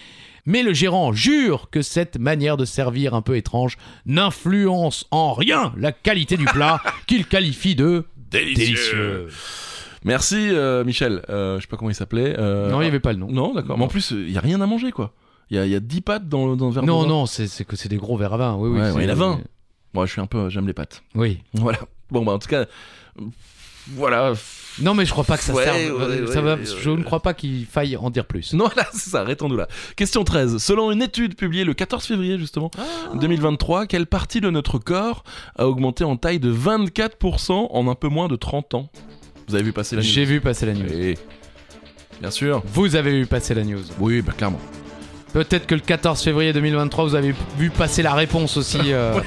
B: Mais le gérant jure que cette manière de servir un peu étrange n'influence en rien la qualité du plat qu'il qualifie de délicieux.
A: Merci euh, Michel. Euh, je sais pas comment il s'appelait. euh,
B: Non, il n'y avait pas le nom.
A: Non, d'accord. Mais en plus, il y a rien à manger quoi. Il y a, il y a 10 pâtes dans, le- dans le verre. de
B: Non,
A: vin.
B: non, c'est c'est que c'est des gros verres à vin. Oui, oui,
A: Ouais,
B: c'est-
A: ouais, il a 20. Moi, je suis un peu, j'aime les pâtes.
B: Oui.
A: Voilà. Bon, bah en tout cas, euh, voilà.
B: Non, mais je crois pas que ça
A: Ouais,
B: serve. euh,
A: ouais,
B: ça
A: ouais,
B: va-
A: ouais,
B: je
A: ouais.
B: ne crois pas qu'il faille en dire plus.
A: Non, là, c'est ça, arrêtons-nous là. Question 13. Selon une étude publiée le 14 février, justement,
B: Ah.
A: 2023, quelle partie de notre corps a augmenté en taille de 24% en un peu moins de 30 ans Vous avez vu passer la news
B: J'ai vu passer la news.
A: Oui. Bien sûr.
B: Vous avez vu passer la news.
A: Oui, bah clairement.
B: Peut-être que le 14 février 2023, vous avez vu passer la réponse aussi euh,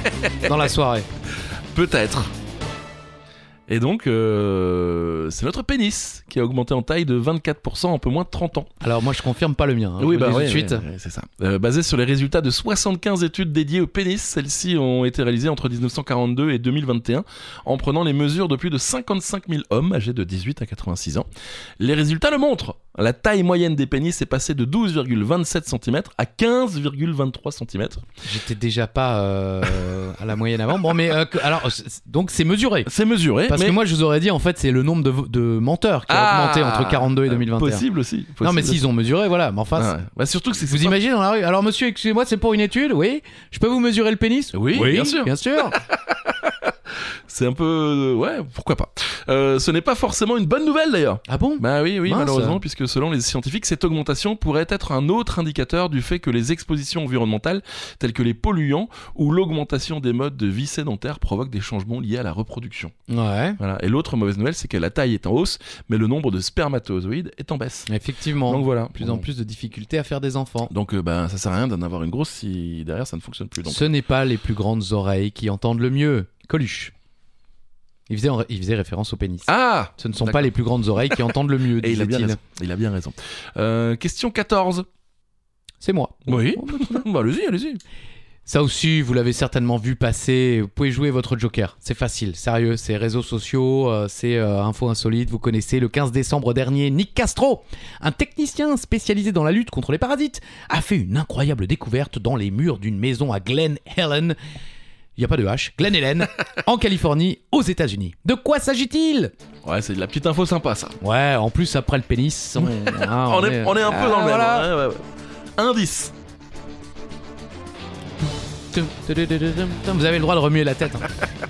B: dans la soirée.
A: Peut-être. Et donc, euh, c'est notre pénis qui a augmenté en taille de 24% en peu moins de 30 ans. bah
B: Alors moi, je confirme pas le mien. hein, je vous le dis
A: ouais,
B: tout de suite.
A: ouais, ouais, c'est ça. Euh, basé sur les résultats de 75 études dédiées au pénis, celles-ci ont été réalisées entre 1942 et 2021 en prenant les mesures de plus de 55 000 hommes âgés de 18 à 86 ans. Les résultats le montrent. La taille moyenne des pénis est passée de 12,27 cm à 15,23 cm.
B: J'étais déjà pas euh, à la moyenne avant. Bon, mais euh, que- alors c- c- donc c'est mesuré.
A: C'est mesuré,
B: Parce
A: mais
B: que moi, je vous aurais dit en fait, c'est le nombre de, vo- de menteurs qui a
A: Ah,
B: augmenté entre 42 et 2021.
A: possible aussi.
B: non, mais
A: possible.
B: s'ils ont mesuré, voilà. Mais enfin,
A: Ah ouais. Bah, surtout que c'est
B: Vous
A: c'est pas-
B: imaginez dans la rue Alors monsieur, excusez-moi, c'est pour une étude, oui Je peux vous mesurer le pénis
A: Oui, bien sûr.
B: Bien sûr.
A: C'est un peu. euh, ouais, pourquoi pas. Euh, ce n'est pas forcément une bonne nouvelle d'ailleurs.
B: ah bon
A: Bah oui, oui,
B: Mince.
A: malheureusement, puisque selon les scientifiques, cette augmentation pourrait être un autre indicateur du fait que les expositions environnementales, telles que les polluants ou l'augmentation des modes de vie sédentaires, provoquent des changements liés à la reproduction.
B: Ouais,
A: Voilà. Et l'autre mauvaise nouvelle, c'est que la taille est en hausse, mais le nombre de spermatozoïdes est en baisse.
B: effectivement.
A: Donc voilà.
B: plus en plus de difficultés à faire des enfants.
A: Donc euh, bah, ça sert à rien d'en avoir une grosse si derrière ça ne fonctionne plus. Donc.
B: Ce n'est pas les plus grandes oreilles qui entendent le mieux. Coluche. Il faisait, en- il faisait référence au pénis.
A: Ah
B: Ce ne sont
A: d'accord.
B: pas les plus grandes oreilles qui entendent le mieux,
A: Et il a bien
B: disait-il.
A: raison. Il a bien raison. Euh, question 14.
B: C'est moi.
A: Oui. bah, allez-y, allez-y.
B: Ça aussi, vous l'avez certainement vu passer. Vous pouvez jouer votre Joker. C'est facile, sérieux. C'est réseaux sociaux, euh, c'est euh, info insolite. Vous connaissez le 15 décembre dernier, Nick Castro, un technicien spécialisé dans la lutte contre les parasites, a fait une incroyable découverte dans les murs d'une maison à Glen Helen. Il n'y a pas de H. Glen Helen, en Californie, aux États-Unis. De quoi s'agit-il
A: Ouais, c'est de la petite info sympa ça.
B: Ouais, en plus, après le pénis, on, hein,
A: On, est, on est un peu
B: Ah,
A: dans le même.
B: voilà.
A: hein, ouais, ouais. Indice.
B: euh, Vous avez le droit de remuer la tête. hein.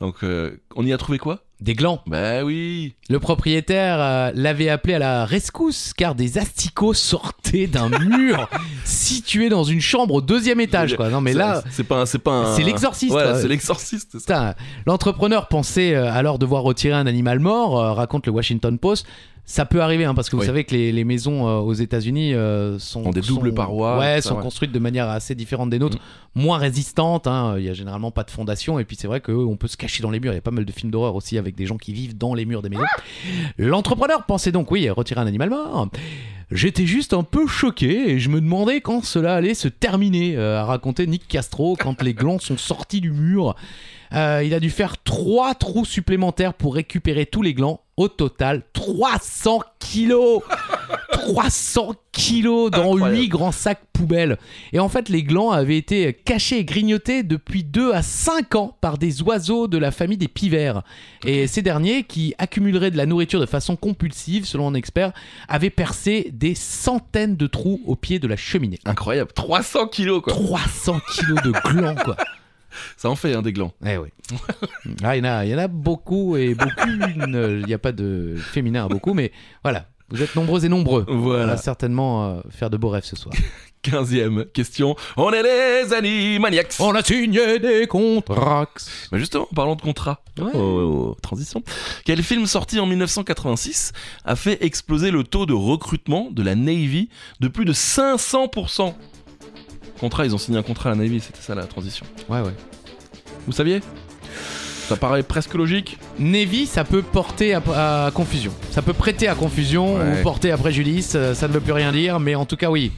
A: Donc, euh, on y a trouvé quoi
B: Des glands.
A: Bah oui
B: Le propriétaire euh, l'avait appelé à la rescousse car des asticots sortaient d'un mur situé dans une chambre au deuxième étage. Quoi. Non mais
A: C'est-
B: là,
A: c'est pas un- c'est pas un-
B: c'est l'exorciste, hein.
A: Voilà,
B: quoi.
A: c'est l'exorciste. ça.
B: putain, l'entrepreneur pensait euh, alors devoir retirer un animal mort, euh, raconte le Washington Post. Ça peut arriver hein, parce que vous
A: Oui.
B: savez que les, les maisons euh, aux États-Unis euh, sont
A: Ont des doubles
B: sont-
A: parois,
B: ouais,
A: tout ça,
B: sont
A: ouais. Mm.
B: construites de manière assez différente des nôtres, moins résistantes. hein. Il y a généralement pas de fondation et puis c'est vrai qu'on peut se cacher dans les murs. Il y a pas mal de films d'horreur aussi avec des gens qui vivent dans les murs des
A: Ah
B: maisons. L'entrepreneur pensait donc, oui, retirer un animal mort. J'étais juste un peu choqué et je me demandais quand cela allait se terminer, euh, a raconté Nick Castro quand les glands sont sortis du mur. Euh, il a dû faire trois trous supplémentaires pour récupérer tous les glands. Au total, 300 kilos 300 kilos dans
A: Incroyable.
B: 8 grands sacs poubelles. Et en fait, les glands avaient été cachés et grignotés depuis 2 à 5 ans par des oiseaux de la famille des pivers. Et ces derniers, qui accumuleraient de la nourriture de façon compulsive, selon un expert, avaient percé des centaines de trous au pied de la cheminée.
A: Incroyable. 300 kilos quoi.
B: 300 kilos de glands, quoi.
A: Ça en fait hein, des glands.
B: Eh oui. Ah, il y, en a- il y en a beaucoup et beaucoup. Il n'y a pas de féminin à beaucoup, mais voilà. Vous êtes nombreux et nombreux. On va
A: Voilà.
B: certainement euh, faire de beaux rêves ce soir.
A: 15ème question. On est les animaniacs.
B: On a signé des contrats.
A: Mais justement, en parlant de contrat,
B: Ouais.
A: oh, oh, oh, transition. Quel film sorti en 1986 a fait exploser le taux de recrutement de la Navy de plus de 500% Contrat, ils ont signé un contrat à la Navy, c'était ça la transition.
B: Ouais, ouais.
A: Vous saviez Ça paraît presque logique.
B: Navy, ça peut porter à, à confusion. Ça peut prêter à confusion
A: Ouais.
B: ou porter à préjudice. euh, Ça ne veut plus rien dire, mais en tout cas, oui.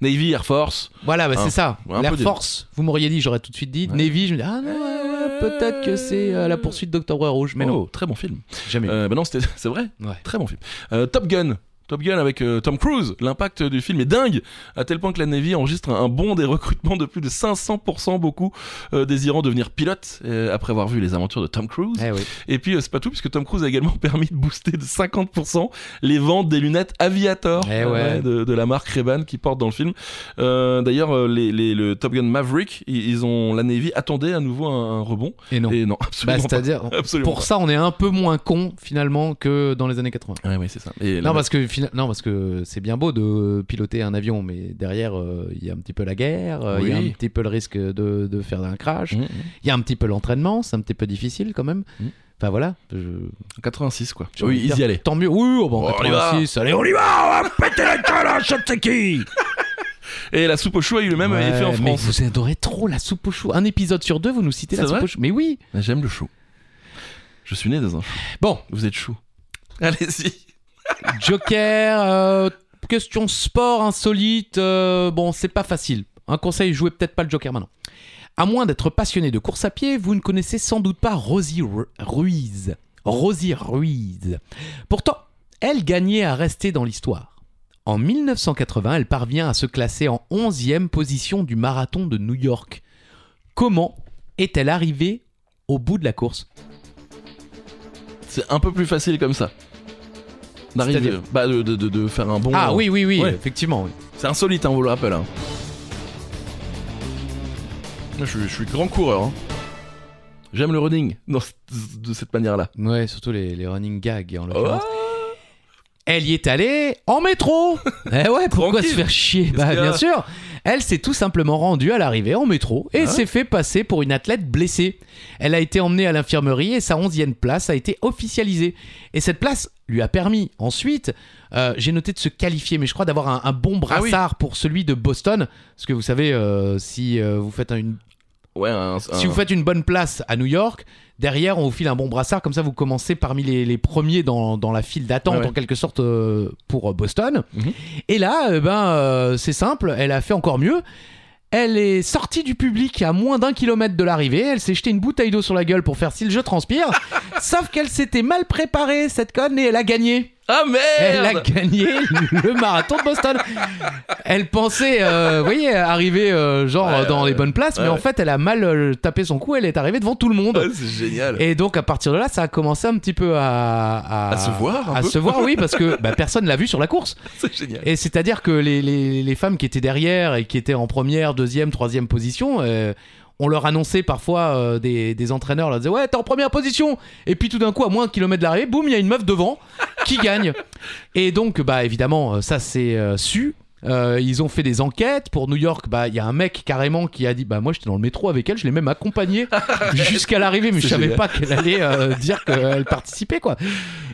A: Navy, Air Force.
B: Voilà, bah,
A: Un-
B: c'est ça.
A: ouais, un
B: L'air
A: peu des-
B: force, vous m'auriez dit, j'aurais tout de suite dit.
A: Ouais.
B: Navy, je me dis, ah non, ouais, ouais, peut-être que c'est euh, la poursuite d'Octobre Rouge, mais non,
A: Oh, très bon film.
B: jamais.
A: Euh, bah non, c'était- c'est vrai.
B: Ouais.
A: Très bon film. Euh, Top Gun. Top Gun avec euh, Tom Cruise. L'impact du film est dingue, à tel point que la Navy enregistre un, un bond des recrutements de plus de 500%, beaucoup euh, désirant devenir pilote euh, après avoir vu les aventures de Tom Cruise.
B: Eh oui.
A: Et puis, euh, c'est pas tout, puisque Tom Cruise a également permis de booster de 50% les ventes des lunettes Aviator euh,
B: Eh ouais.
A: de, de la marque Ray-Ban qui porte dans le film. Euh, D'ailleurs, euh, les, les- le Top Gun Maverick, ils, ils ont, la Navy attendait à nouveau un, un rebond.
B: Et non.
A: Et non,
B: Bah,
A: absolument pas.
B: C'est-à-dire,
A: Absolument
B: pour ça, on est un peu moins con finalement que dans les années 80.
A: pas. Ouais, ouais, c'est ça. Et la-
B: Non parce, que, fina- non, parce que c'est bien beau de piloter un avion, mais derrière, euh, il y a un petit peu la guerre, euh, il y a
A: Oui.
B: un petit peu le risque de, de faire un crash, il
A: Mmh, mmh.
B: y a un petit peu l'entraînement, c'est un petit peu difficile quand même.
A: Mm.
B: Enfin voilà. je-
A: 86, quoi.
B: j'ai envie de dire, Tant mieux. Oui, oh, bah, en
A: Oh, on y va.
B: 86, allez, on y va
A: Et la soupe au chou a eu le même
B: Ouais,
A: effet en
B: Mais
A: France.
B: vous adorez trop la soupe au chou. Un épisode sur deux, vous nous citez la
A: C'est
B: soupe
A: vrai
B: au chou. Mais oui.
A: J'aime le chou. Je suis né dans un chou.
B: Bon,
A: Vous êtes chou. Allez-y.
B: Joker, euh, question sport insolite. euh, bon, c'est pas facile. Un conseil, jouez peut-être pas le Joker maintenant. À moins d'être passionné de course à pied, vous ne connaissez sans doute pas Rosie Ru- Ruiz. Rosie Ruiz. Pourtant, elle gagnait à rester dans l'histoire. En 1980, elle parvient à se classer en 11e position du marathon de New York. Comment est-elle arrivée au bout de la course
A: C'est un peu plus facile comme ça. D'arriver.
B: C'est-à-dire
A: Bah, de, de- de- de faire un bon.
B: Ah oui, oui, oui,
A: Ouais.
B: effectivement. oui.
A: C'est insolite, hein, on vous le rappelle. hein. Moi, Je, suis- je suis grand coureur. hein. J'aime le running dans c- de cette manière-là.
B: Ouais, surtout les, les running gags en
A: Oh,
B: l'occurrence. Elle y est allée en métro Eh ouais, pourquoi
A: Tranquille.
B: se faire chier
A: Qu'est-ce
B: Bah
A: qu'il y a
B: bien sûr Elle s'est tout simplement rendue à l'arrivée en métro et
A: Hein
B: s'est fait passer pour une athlète blessée. Elle a été emmenée à l'infirmerie et sa onzième place a été officialisée. Et cette place lui a permis ensuite, euh, j'ai noté de se qualifier, mais je crois d'avoir un, un bon
A: Ah oui.
B: brassard pour celui de Boston. Parce que vous savez, euh, si, euh, vous faites un- une,
A: Oh. ouais, un-
B: si
A: Hein, un-
B: vous faites une bonne place à New York, derrière on vous file un bon brassard, comme ça vous commencez parmi les, les premiers dans, dans la file d'attente
A: Ouais, ouais.
B: en quelque sorte euh, pour euh, Boston.
A: Mhm.
B: Et là, eh ben, euh, c'est simple, elle a fait encore mieux. Elle est sortie du public à moins d'un kilomètre de l'arrivée. Elle s'est jetée une bouteille d'eau sur la gueule pour faire style je transpire. Sauf qu'elle s'était mal préparée, cette conne, et elle a gagné.
A: Ah merde
B: Elle a gagné le marathon de Boston. Elle pensait, euh, vous voyez, arriver euh, genre
A: Ouais,
B: dans
A: ouais,
B: les bonnes places,
A: ouais, Ah,
B: mais en
A: ouais.
B: fait, elle a mal euh, tapé son coup. Elle est arrivée devant tout le monde.
A: Ouais, C'est génial.
B: Et donc à partir de là, ça a commencé un petit peu à, à,
A: À se voir un
B: à
A: peu.
B: se voir, oui, parce que bah, personne l'a vu sur la course.
A: C'est génial.
B: Et c'est-à-dire que les, les- les femmes qui étaient derrière et qui étaient en première, deuxième, troisième position, euh, on leur annonçait parfois euh, des, des entraîneurs, leur disaient ouais t'es en première position. Et puis tout d'un coup, à moins d'un kilomètre de l'arrivée, boum, il y a une meuf devant qui gagne. Et donc bah évidemment, euh, ça c'est euh, su. Euh, ils ont fait des enquêtes pour New York. Bah, il y a un mec carrément qui a dit bah moi j'étais dans le métro avec elle, je l'ai même accompagnée jusqu'à l'arrivée, mais je
A: C'est
B: savais
A: génial.
B: pas qu'elle allait euh, dire qu'elle participait quoi.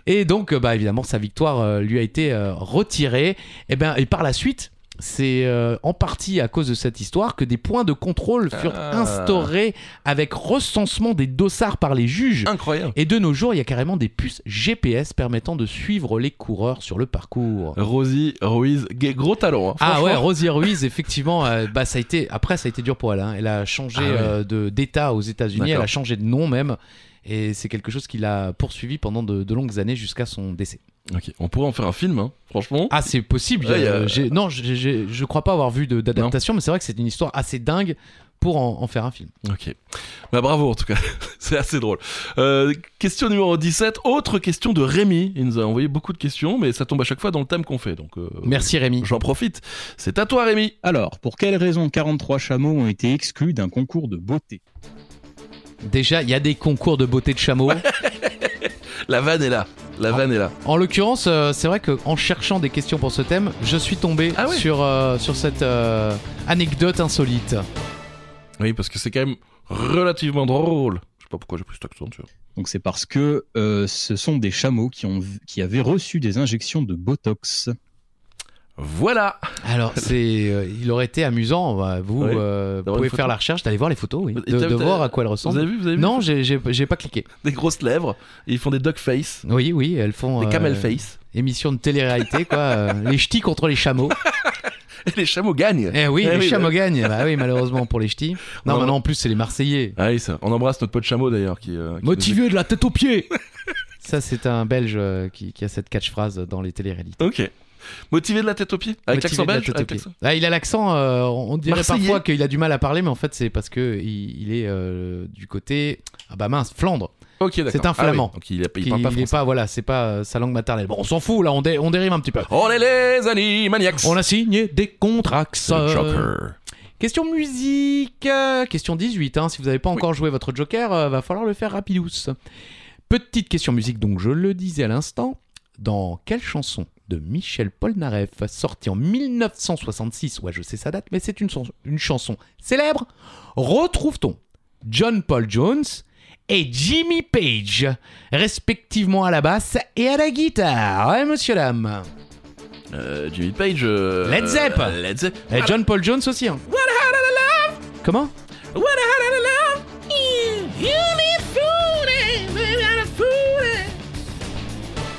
B: Et donc, euh, bah, évidemment, sa victoire euh, lui a été euh, retirée. Et, ben, et par la suite, c'est euh, en partie à cause de cette histoire que des points de contrôle furent
A: Ah.
B: instaurés avec recensement des dossards par les juges.
A: Incroyable.
B: Et de nos jours, il y a carrément des puces GPS permettant de suivre les coureurs sur le parcours.
A: Rosie Ruiz, gue- gros talent. hein.
B: Ah
A: Franchement,
B: ouais, Rosie Ruiz, effectivement, euh, bah, ça a été, après ça a été dur pour elle. hein. Elle a changé
A: Ah ouais.
B: euh, de- d'état aux États-Unis, elle
A: D'accord.
B: a changé de nom même. Et c'est quelque chose qui l'a poursuivi pendant de- de longues années jusqu'à son décès.
A: Ok, on pourrait en faire un film, hein. franchement.
B: Ah, c'est possible.
A: Ouais,
B: euh,
A: y a-
B: j'ai- Non, j'ai- j'ai- je crois pas avoir vu de- d'adaptation, mais c'est vrai que c'est une histoire assez dingue pour en, en faire un film.
A: Ok. Bah bravo en tout cas, c'est assez drôle. Euh, question numéro 17, autre question de Rémi. Il nous a envoyé beaucoup de questions, mais ça tombe à chaque fois dans le thème qu'on fait. Donc euh,
B: Merci Rémi.
A: j'en profite. C'est à toi Rémi.
C: Alors, pour quelle raison 43 chameaux ont été exclus d'un concours de beauté
B: Déjà, il y a des concours de beauté de chameau.
A: La vanne est là. La vanne est là.
B: En l'occurrence, euh, c'est vrai que en cherchant des questions pour ce thème, je suis tombé
A: Ah ouais.
B: sur, euh, sur cette euh, anecdote insolite.
A: Oui, parce que c'est quand même relativement drôle. Je sais pas pourquoi j'ai pris cet accent. tu vois.
C: Donc c'est parce que euh, ce sont des chameaux qui, ont, qui avaient reçu des injections de Botox.
A: Voilà.
B: Alors, c'est, euh, il aurait été amusant. bah, vous
A: Oui.
B: euh,
A: D'avoir
B: pouvez
A: une photo.
B: faire la recherche, d'aller voir les photos, oui,
A: Et
B: de,
A: t'as-
B: de
A: t'as-
B: voir à quoi elles
A: Vous
B: ressemblent.
A: avez vu, vous avez vu
B: Non, j'ai- j'ai j'ai pas cliqué.
A: Des grosses lèvres, et ils font des dog face,
B: Oui, oui, elles font
A: des
B: euh,
A: camel face.
B: émission de télé-réalité, quoi. euh, les ch'tis contre les chameaux.
A: Et les chameaux gagnent.
B: Eh oui,
A: Eh
B: les
A: oui,
B: chameaux gagnent. Bah oui, malheureusement pour les ch'tis. Non,
A: Non.
B: maintenant en plus, c'est les Marseillais.
A: Ah oui, ça. On embrasse notre pote chameau d'ailleurs qui. euh, qui
B: Motivé de la tête aux pieds. Ça, c'est un Belge euh, qui, qui a cette catchphrase dans les télé-réalités.
A: nous- Ok. Motivé de la tête aux pieds
B: Motivé
A: Avec l'accent
B: de la
A: belge
B: tête aux
A: Avec
B: pieds.
A: l'accent-
B: Ah, il a l'accent, euh, on dirait
A: Marseillais.
B: parfois qu'il a du mal à parler, mais en fait, c'est parce que il, il est euh, du côté. Ah bah mince, Flandre.
A: Ok, d'accord.
B: C'est un
A: Ah oui,
B: Flamand.
A: Donc il, a- il
B: Qui-
A: parle pas
B: il est
A: français.
B: pas, voilà, c'est pas euh, sa langue maternelle. Bon, on s'en fout, là, on, dé- on dérive un petit peu.
A: On est les animaniacs.
B: On a signé des contrats.
A: Le Joker.
B: Question musique. euh, Question 18. hein, Si vous n'avez pas encore joué votre Joker, euh, va falloir le faire rapidous. Petite question musique, donc je le disais à l'instant. Dans quelle chanson de Michel Polnareff, sortie en 1966, ouais je sais sa date, mais c'est une, son- une chanson célèbre, retrouve-t-on John Paul Jones et Jimmy Page, respectivement à la basse et à la guitare, hein, monsieur dame
A: Euh, Jimmy Page. euh,
B: Led Zepp.
A: euh, Led Zepp.
B: Et Eh, John Paul Jones aussi. hein. Comment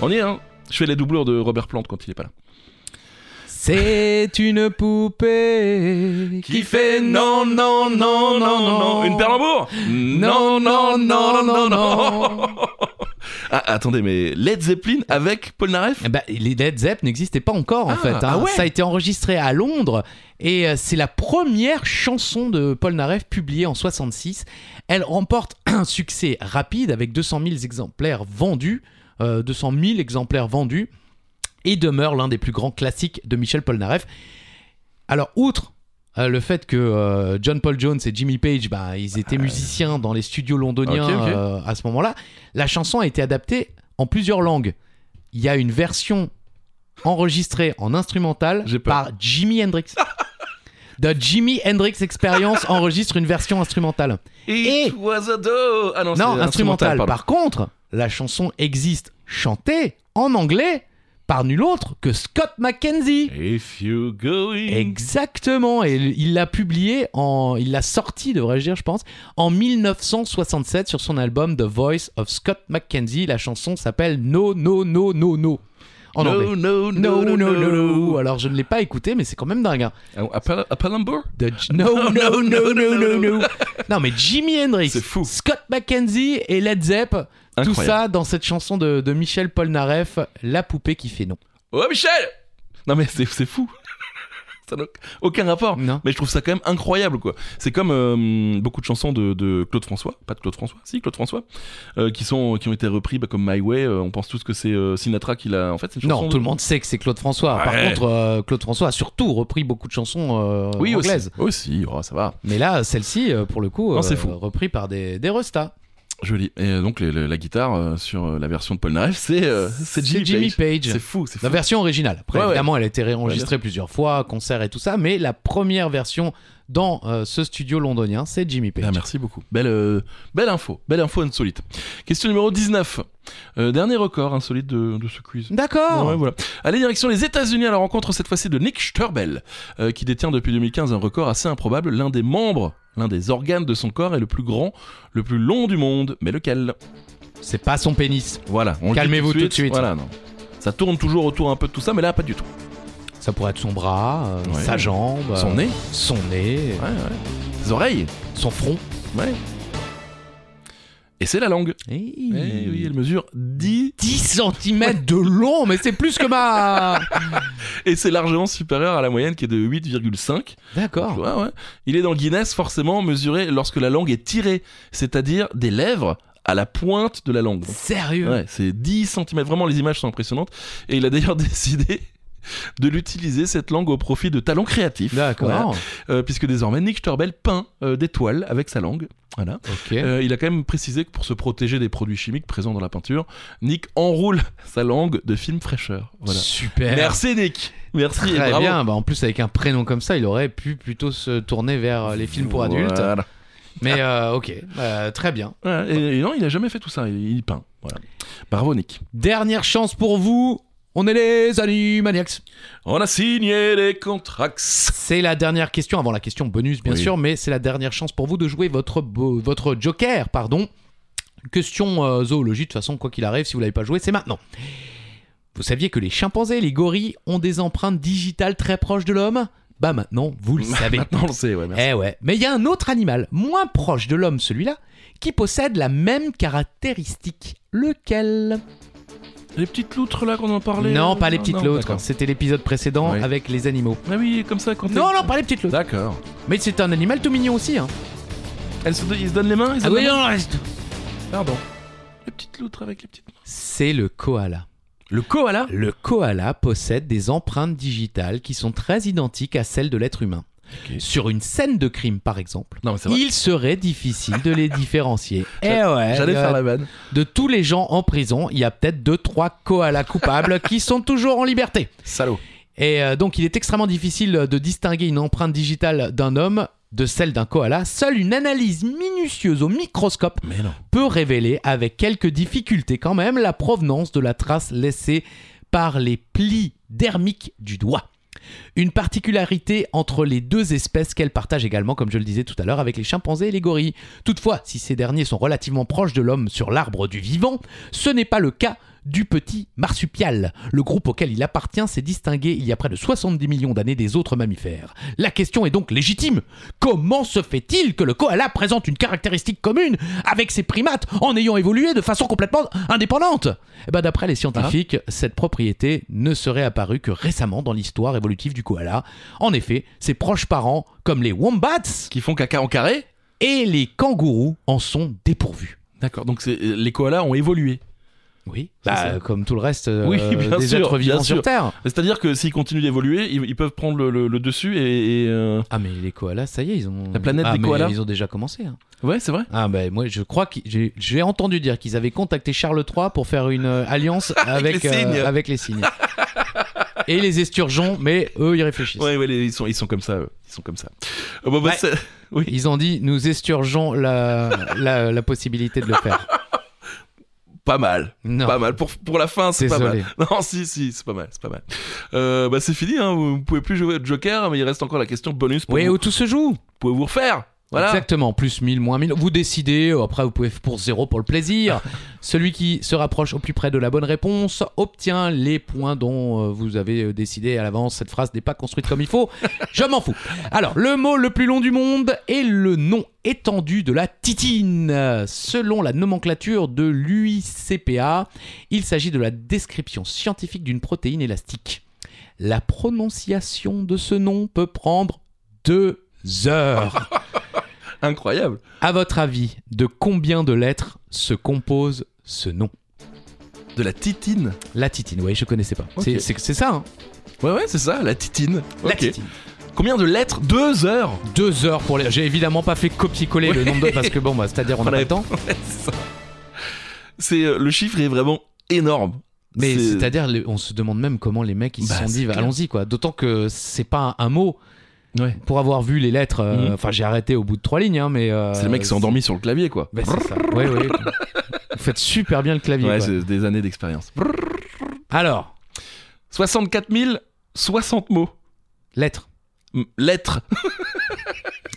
A: On y est, hein. Je fais les doublures de Robert Plant quand il est pas là.
B: C'est une poupée
A: Qui fait non, non, non, non, non. Une perlembour
B: Non, non, non, non, non.
A: ah, attendez, mais Led Zeppelin avec Paul Naref
B: Eh ben, les Led Zepp n'existaient pas encore en
A: Ah,
B: fait. hein.
A: ah ouais.
B: Ça a été enregistré à Londres et euh, c'est la première chanson de Paul Naref publiée en 66. Elle remporte un succès rapide avec 200 000 exemplaires vendus, euh, 200 000 exemplaires vendus et demeure l'un des plus grands classiques de Michel Polnareff. Alors outre euh, le fait que euh, John Paul Jones et Jimmy Page, bah, ils étaient musiciens dans les studios londoniens
A: Ok, euh. ok.
B: euh, à ce moment-là, la chanson a été adaptée en plusieurs langues. Il y a une version enregistrée en instrumental
A: J'ai peur.
B: par Jimi Hendrix. The Jimi Hendrix Experience enregistre une version instrumentale. Et-
A: It was a do. Ah non, c'est
B: Non, instrumentale.
A: pardon.
B: Par contre, la chanson existe chantée en anglais par nul autre que Scott McKenzie.
A: If you go in.
B: Exactement, et il il l'a publié en, il l'a sorti, devrais-je dire, je pense, en 1967 sur son album The Voice of Scott McKenzie. La chanson s'appelle No No No No No en anglais.
A: no,
B: No
A: no, no,
B: No
A: Oh,
B: No No. Alors je ne l'ai pas écouté, mais c'est quand même dingue. hein.
A: À Pal- à Palembur
B: The J- No No No No No No. Non mais Jimi Hendrix,
A: C'est fou.
B: Scott McKenzie et Led Zepp, tout
A: Incroyable.
B: ça dans cette chanson de, de Michel Polnareff, La poupée qui fait non.
A: Oh, Michel Non, mais c'est c'est fou. ça n'a aucun rapport.
B: Non.
A: Mais je trouve ça quand même incroyable, quoi. C'est comme euh, beaucoup de chansons de, de Claude François, pas de Claude François, si Claude François, euh, qui sont qui ont été repris bah, comme My Way. euh, on pense tous que c'est euh, Sinatra qui l'a. En fait, c'est une chanson.
B: Non,
A: de-
B: tout le monde sait que c'est Claude François. Par
A: Ouais.
B: contre, euh, Claude François a surtout repris beaucoup de chansons euh,
A: Oui, aussi.
B: anglaises.
A: Aussi, oh, ça va.
B: Mais là, celle-ci, euh, pour le coup,
A: Non, c'est
B: euh,
A: fou.
B: repris par des, des restas.
A: Joli. Et euh, donc les- les- la guitare euh, sur euh, la version de Paul Naref, c'est euh, c'est Jimmy, Page.
B: Page.
A: C'est fou, c'est fou.
B: La version originale. Après,
A: Ouais, ouais.
B: évidemment, elle a été réenregistrée plusieurs fois, concert et tout ça, mais la première version dans euh, ce studio londonien, c'est Jimmy Page.
A: Ah, merci beaucoup. Belle, euh, belle info. Belle info insolite. Question numéro 19. Euh, dernier record insolite de, de ce quiz.
B: D'accord.
A: Ouais, voilà. Allez, direction les États-Unis à la rencontre cette fois-ci de Nick Sturbel, euh, qui détient depuis 2015 un record assez improbable. L'un des membres, l'un des organes de son corps est le plus grand, le plus long du monde. Mais lequel
B: C'est pas son pénis.
A: Voilà, on le dit
B: Calmez-vous tout de suite.
A: Voilà, non. Ça tourne toujours autour un peu de tout ça, mais là, pas du tout.
B: Ça pourrait être son bras, euh,
A: Ouais.
B: sa jambe, euh,
A: Son nez
B: son nez,
A: Ouais, ouais. Ses oreilles
B: son front.
A: Ouais. Et c'est la langue.
B: Eh,
A: Eh oui, elle mesure 10
B: 10 cm de long, mais c'est plus que ma.
A: et c'est largement supérieur à la moyenne qui est de 8,5.
B: D'accord.
A: Ouais, ouais. Il est dans le Guinness forcément mesuré lorsque la langue est tirée, c'est-à-dire des lèvres à la pointe de la langue.
B: Sérieux
A: Ouais, c'est 10 cm. Vraiment, les images sont impressionnantes. Et il a d'ailleurs décidé de l'utiliser, cette langue, au profit de talents créatifs. Voilà.
B: D'accord.
A: Euh, puisque désormais, Nick Sturbel peint euh, des toiles avec sa langue. Voilà.
B: Ok.
A: Euh, il a quand même précisé que pour se protéger des produits chimiques présents dans la peinture, Nick enroule sa langue de film fraîcheur. Voilà.
B: Super.
A: Merci Nick. Merci et
B: Très
A: bravo.
B: bien. Bah, en plus, avec un prénom comme ça, il aurait pu plutôt se tourner vers euh, les films pour adultes.
A: Voilà.
B: Mais euh, ok, Euh, très bien.
A: Ouais, et, et non, il a jamais fait tout ça. Il, il peint. Voilà. Bravo Nick.
B: Dernière chance pour vous. On est les Animaniacs.
A: On a signé les contracts.
B: C'est la dernière question, avant la question bonus bien
A: Oui.
B: sûr, mais c'est la dernière chance pour vous de jouer votre, bo- votre joker, pardon. Question euh, zoologie, de toute façon, quoi qu'il arrive, si vous l'avez pas joué, c'est maintenant. Vous saviez que les chimpanzés et les gorilles ont des empreintes digitales très proches de l'homme Bah maintenant, vous le savez.
A: Maintenant, on le sait, ouais, merci.
B: Eh ouais, mais il y a un autre animal, moins proche de l'homme celui-là, qui possède la même caractéristique. Lequel
A: Les petites loutres là qu'on en parlait.
B: Non,
A: euh,
B: pas Oh, les petites
A: non,
B: loutres,
A: d'accord.
B: c'était l'épisode précédent
A: Oui.
B: avec les animaux.
A: Ah oui, comme ça quand
B: Non,
A: elle-
B: non, pas les petites loutres.
A: D'accord.
B: Mais c'est un animal tout mignon aussi. Hein.
A: Elles se, ils se donnent les mains ils
B: Ah
A: se donnent les mains
B: Pardon.
A: Les petites loutres avec les petites mains.
B: C'est le koala.
A: Le koala
B: Le koala possède des empreintes digitales qui sont très identiques à celles de l'être humain.
A: Ok.
B: Sur une scène de crime, par exemple,
A: Non, mais c'est vrai.
B: il serait difficile de les différencier. Eh ouais,
A: J'allais
B: euh,
A: faire la vanne.
B: de tous les gens en prison, il y a peut-être deux, trois koalas coupables qui sont toujours en liberté.
A: Salaud.
B: Et euh, donc, il est extrêmement difficile de distinguer une empreinte digitale d'un homme de celle d'un koala. Seule une analyse minutieuse au microscope
A: Mais non.
B: peut révéler, avec quelques difficultés quand même, la provenance de la trace laissée par les plis dermiques du doigt. Une particularité entre les deux espèces qu'elles partagent également, comme je le disais tout à l'heure, avec les chimpanzés et les gorilles. Toutefois, si ces derniers sont relativement proches de l'homme sur l'arbre du vivant, ce n'est pas le cas du petit marsupial. Le groupe auquel il appartient s'est distingué il y a près de 70 millions d'années des autres mammifères. La question est donc légitime. Comment se fait-il que le koala présente une caractéristique commune avec ses primates en ayant évolué de façon complètement indépendante Eh ben, D'après les scientifiques, cette propriété ne serait apparue que récemment dans l'histoire évolutive du koala. En effet, ses proches parents, comme les wombats
A: Qui font caca en carré
B: et les kangourous, en sont dépourvus.
A: D'accord, donc c'est- les koalas ont évolué.
B: Oui,
A: C'est
B: bah,
A: ça.
B: euh, comme tout le reste euh,
A: Oui, bien
B: des
A: sûr,
B: êtres vivants
A: bien
B: sur
A: sûr.
B: Terre.
A: C'est-à-dire que s'ils continuent d'évoluer, ils, ils peuvent prendre le, le- le dessus et. et, euh,
B: Ah mais les koalas, ça y est, ils ont
A: La planète
B: Ah,
A: des
B: mais
A: koalas.
B: Ils ont déjà commencé. hein.
A: Ouais, c'est vrai.
B: Ah ben moi je crois que j'ai j'ai entendu dire qu'ils avaient contacté Charles III pour faire une euh, alliance avec
A: les
B: euh,
A: cygnes.
B: avec les cygnes. Et les esturgeons, mais eux ils réfléchissent.
A: Ouais, ouais, les- ils, sont, ils sont comme ça. eux. Ils sont comme ça. Euh, bon, bah,
B: Ouais.
A: c'est-
B: Ils ont dit nous esturgeons la, la, la possibilité de le faire.
A: Pas mal.
B: Non.
A: Pas mal. Pour, pour la fin, c'est pas
B: Désolé.
A: mal. Non, si, si, c'est pas mal. C'est pas mal. Euh, bah, c'est fini. Hein. Vous pouvez plus jouer au Joker, mais il reste encore la question bonus. Pour
B: Oui,
A: vous.
B: où tout se joue.
A: pouvez vous refaire. Voilà.
B: Exactement, plus 1000, moins 1000. Vous décidez, euh, après vous pouvez f- pour zéro pour le plaisir. Celui qui se rapproche au plus près de la bonne réponse obtient les points dont euh, vous avez euh, décidé à l'avance. Cette phrase n'est pas construite comme il faut. Je m'en fous. Alors, le mot le plus long du monde est le nom étendu de la titine. Euh, Selon la nomenclature de l'UICPA, il s'agit de la description scientifique d'une protéine élastique. La prononciation de ce nom peut prendre deux heures.
A: Incroyable.
B: À votre avis, de combien de lettres se compose ce nom
A: De la titine.
B: La titine, oui, je connaissais pas.
A: Ok.
B: C'est- C'est c'est ça, hein
A: Ouais, ouais, c'est ça, la titine.
B: La
A: Ok.
B: titine.
A: Combien de lettres Deux heures.
B: Deux heures pour les. J'ai évidemment pas fait copier-coller le
A: Ouais.
B: nombre de. Parce que bon, bah, c'est-à-dire, on n'a
A: Voilà.
B: pas le temps.
A: Ouais, c'est ça. C'est euh, le chiffre est vraiment énorme.
B: Mais
A: C'est-
B: c'est-à-dire, les- on se demande même comment les mecs ils
A: Bah,
B: se sont
A: c'est
B: dit,
A: clair.
B: allons-y, quoi. D'autant que c'est pas un, un mot.
A: Ouais.
B: Pour avoir vu les lettres, euh,
A: Mhm.
B: enfin, j'ai arrêté au bout de trois lignes, hein, mais. euh,
A: C'est le mec qui s'est endormi sur le clavier, quoi.
B: Bah, c'est ça. Ouais, ouais. Vous faites super bien le clavier.
A: Ouais,
B: quoi.
A: c'est des années d'expérience.
B: Alors,
A: 64 000, 60 mots.
B: lettres.
A: M- Lettres.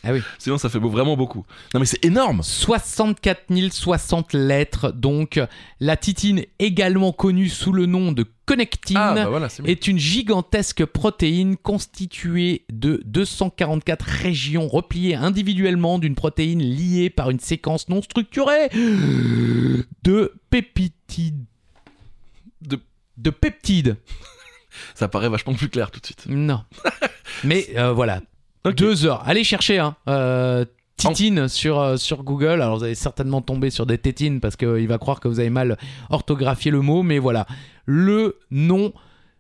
B: Ah oui.
A: Sinon, ça fait beau- vraiment beaucoup. Non, mais c'est énorme.
B: 64 060 lettres, donc la titine, également connue sous le nom de connectine,
A: Ah, bah voilà, c'est mieux.
B: est une gigantesque protéine constituée de 244 régions repliées individuellement d'une protéine liée par une séquence non structurée de péptides.
A: De-
B: de peptides.
A: Ça paraît vachement plus clair tout de suite.
B: Non. Mais euh, voilà.
A: Ok.
B: Deux heures. Allez chercher, hein. Euh, Titine sur, euh, sur Google. Alors, vous allez certainement tomber sur des tétines parce qu'il va croire que vous avez mal orthographié le mot. Mais voilà. Le nom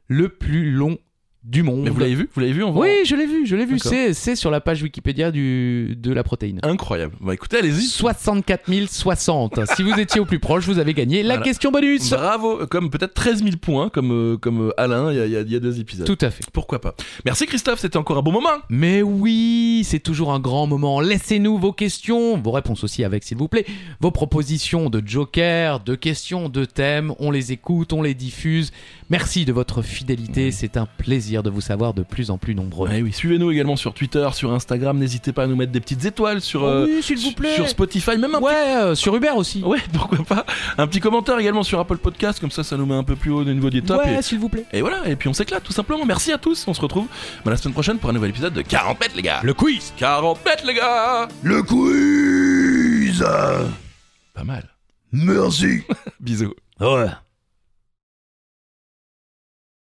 B: le plus long du monde.
A: Mais vous l'avez vu Vous l'avez vu en vrai
B: Bah, Oui, je l'ai vu, je l'ai vu.
A: D'accord.
B: C'est c'est sur la page Wikipédia du, de la protéine.
A: Incroyable. Bah écoutez, allez-y.
B: 64 060. si vous étiez au plus proche, vous avez gagné la
A: Voilà.
B: question bonus.
A: Bravo, comme peut-être 13 000 points, comme, euh, comme euh, Alain, il y a- il y, a- il y a deux épisodes.
B: Tout à fait.
A: Pourquoi pas Merci Christophe, c'était encore un bon moment.
B: Mais oui, c'est toujours un grand moment. Laissez-nous vos questions, vos réponses aussi avec, s'il vous plaît. Vos propositions de joker, de questions, de thèmes. On les écoute, on les diffuse. Merci de votre fidélité. C'est un plaisir de vous savoir de plus en plus nombreux.
A: Eh oui, suivez-nous également sur Twitter, sur Instagram. N'hésitez pas à nous mettre des petites étoiles sur, euh,
B: oui, s'il vous
A: sur-
B: plaît.
A: sur Spotify, même un
B: ouais, euh, sur Uber aussi.
A: petit- Ouais, pourquoi pas Un petit commentaire également sur Apple Podcast, comme ça, ça nous met un peu plus haut au niveau des tops.
B: ouais, s'il vous plaît.
A: Et, et voilà, et puis on s'éclate tout simplement. Merci à tous, on se retrouve bah, la semaine prochaine pour un nouvel épisode de 40 mètres, les gars.
B: Le quiz.
A: 40 mètres, les gars
D: Le quiz
A: Pas mal.
D: Merci
A: Bisous.
B: Ouais.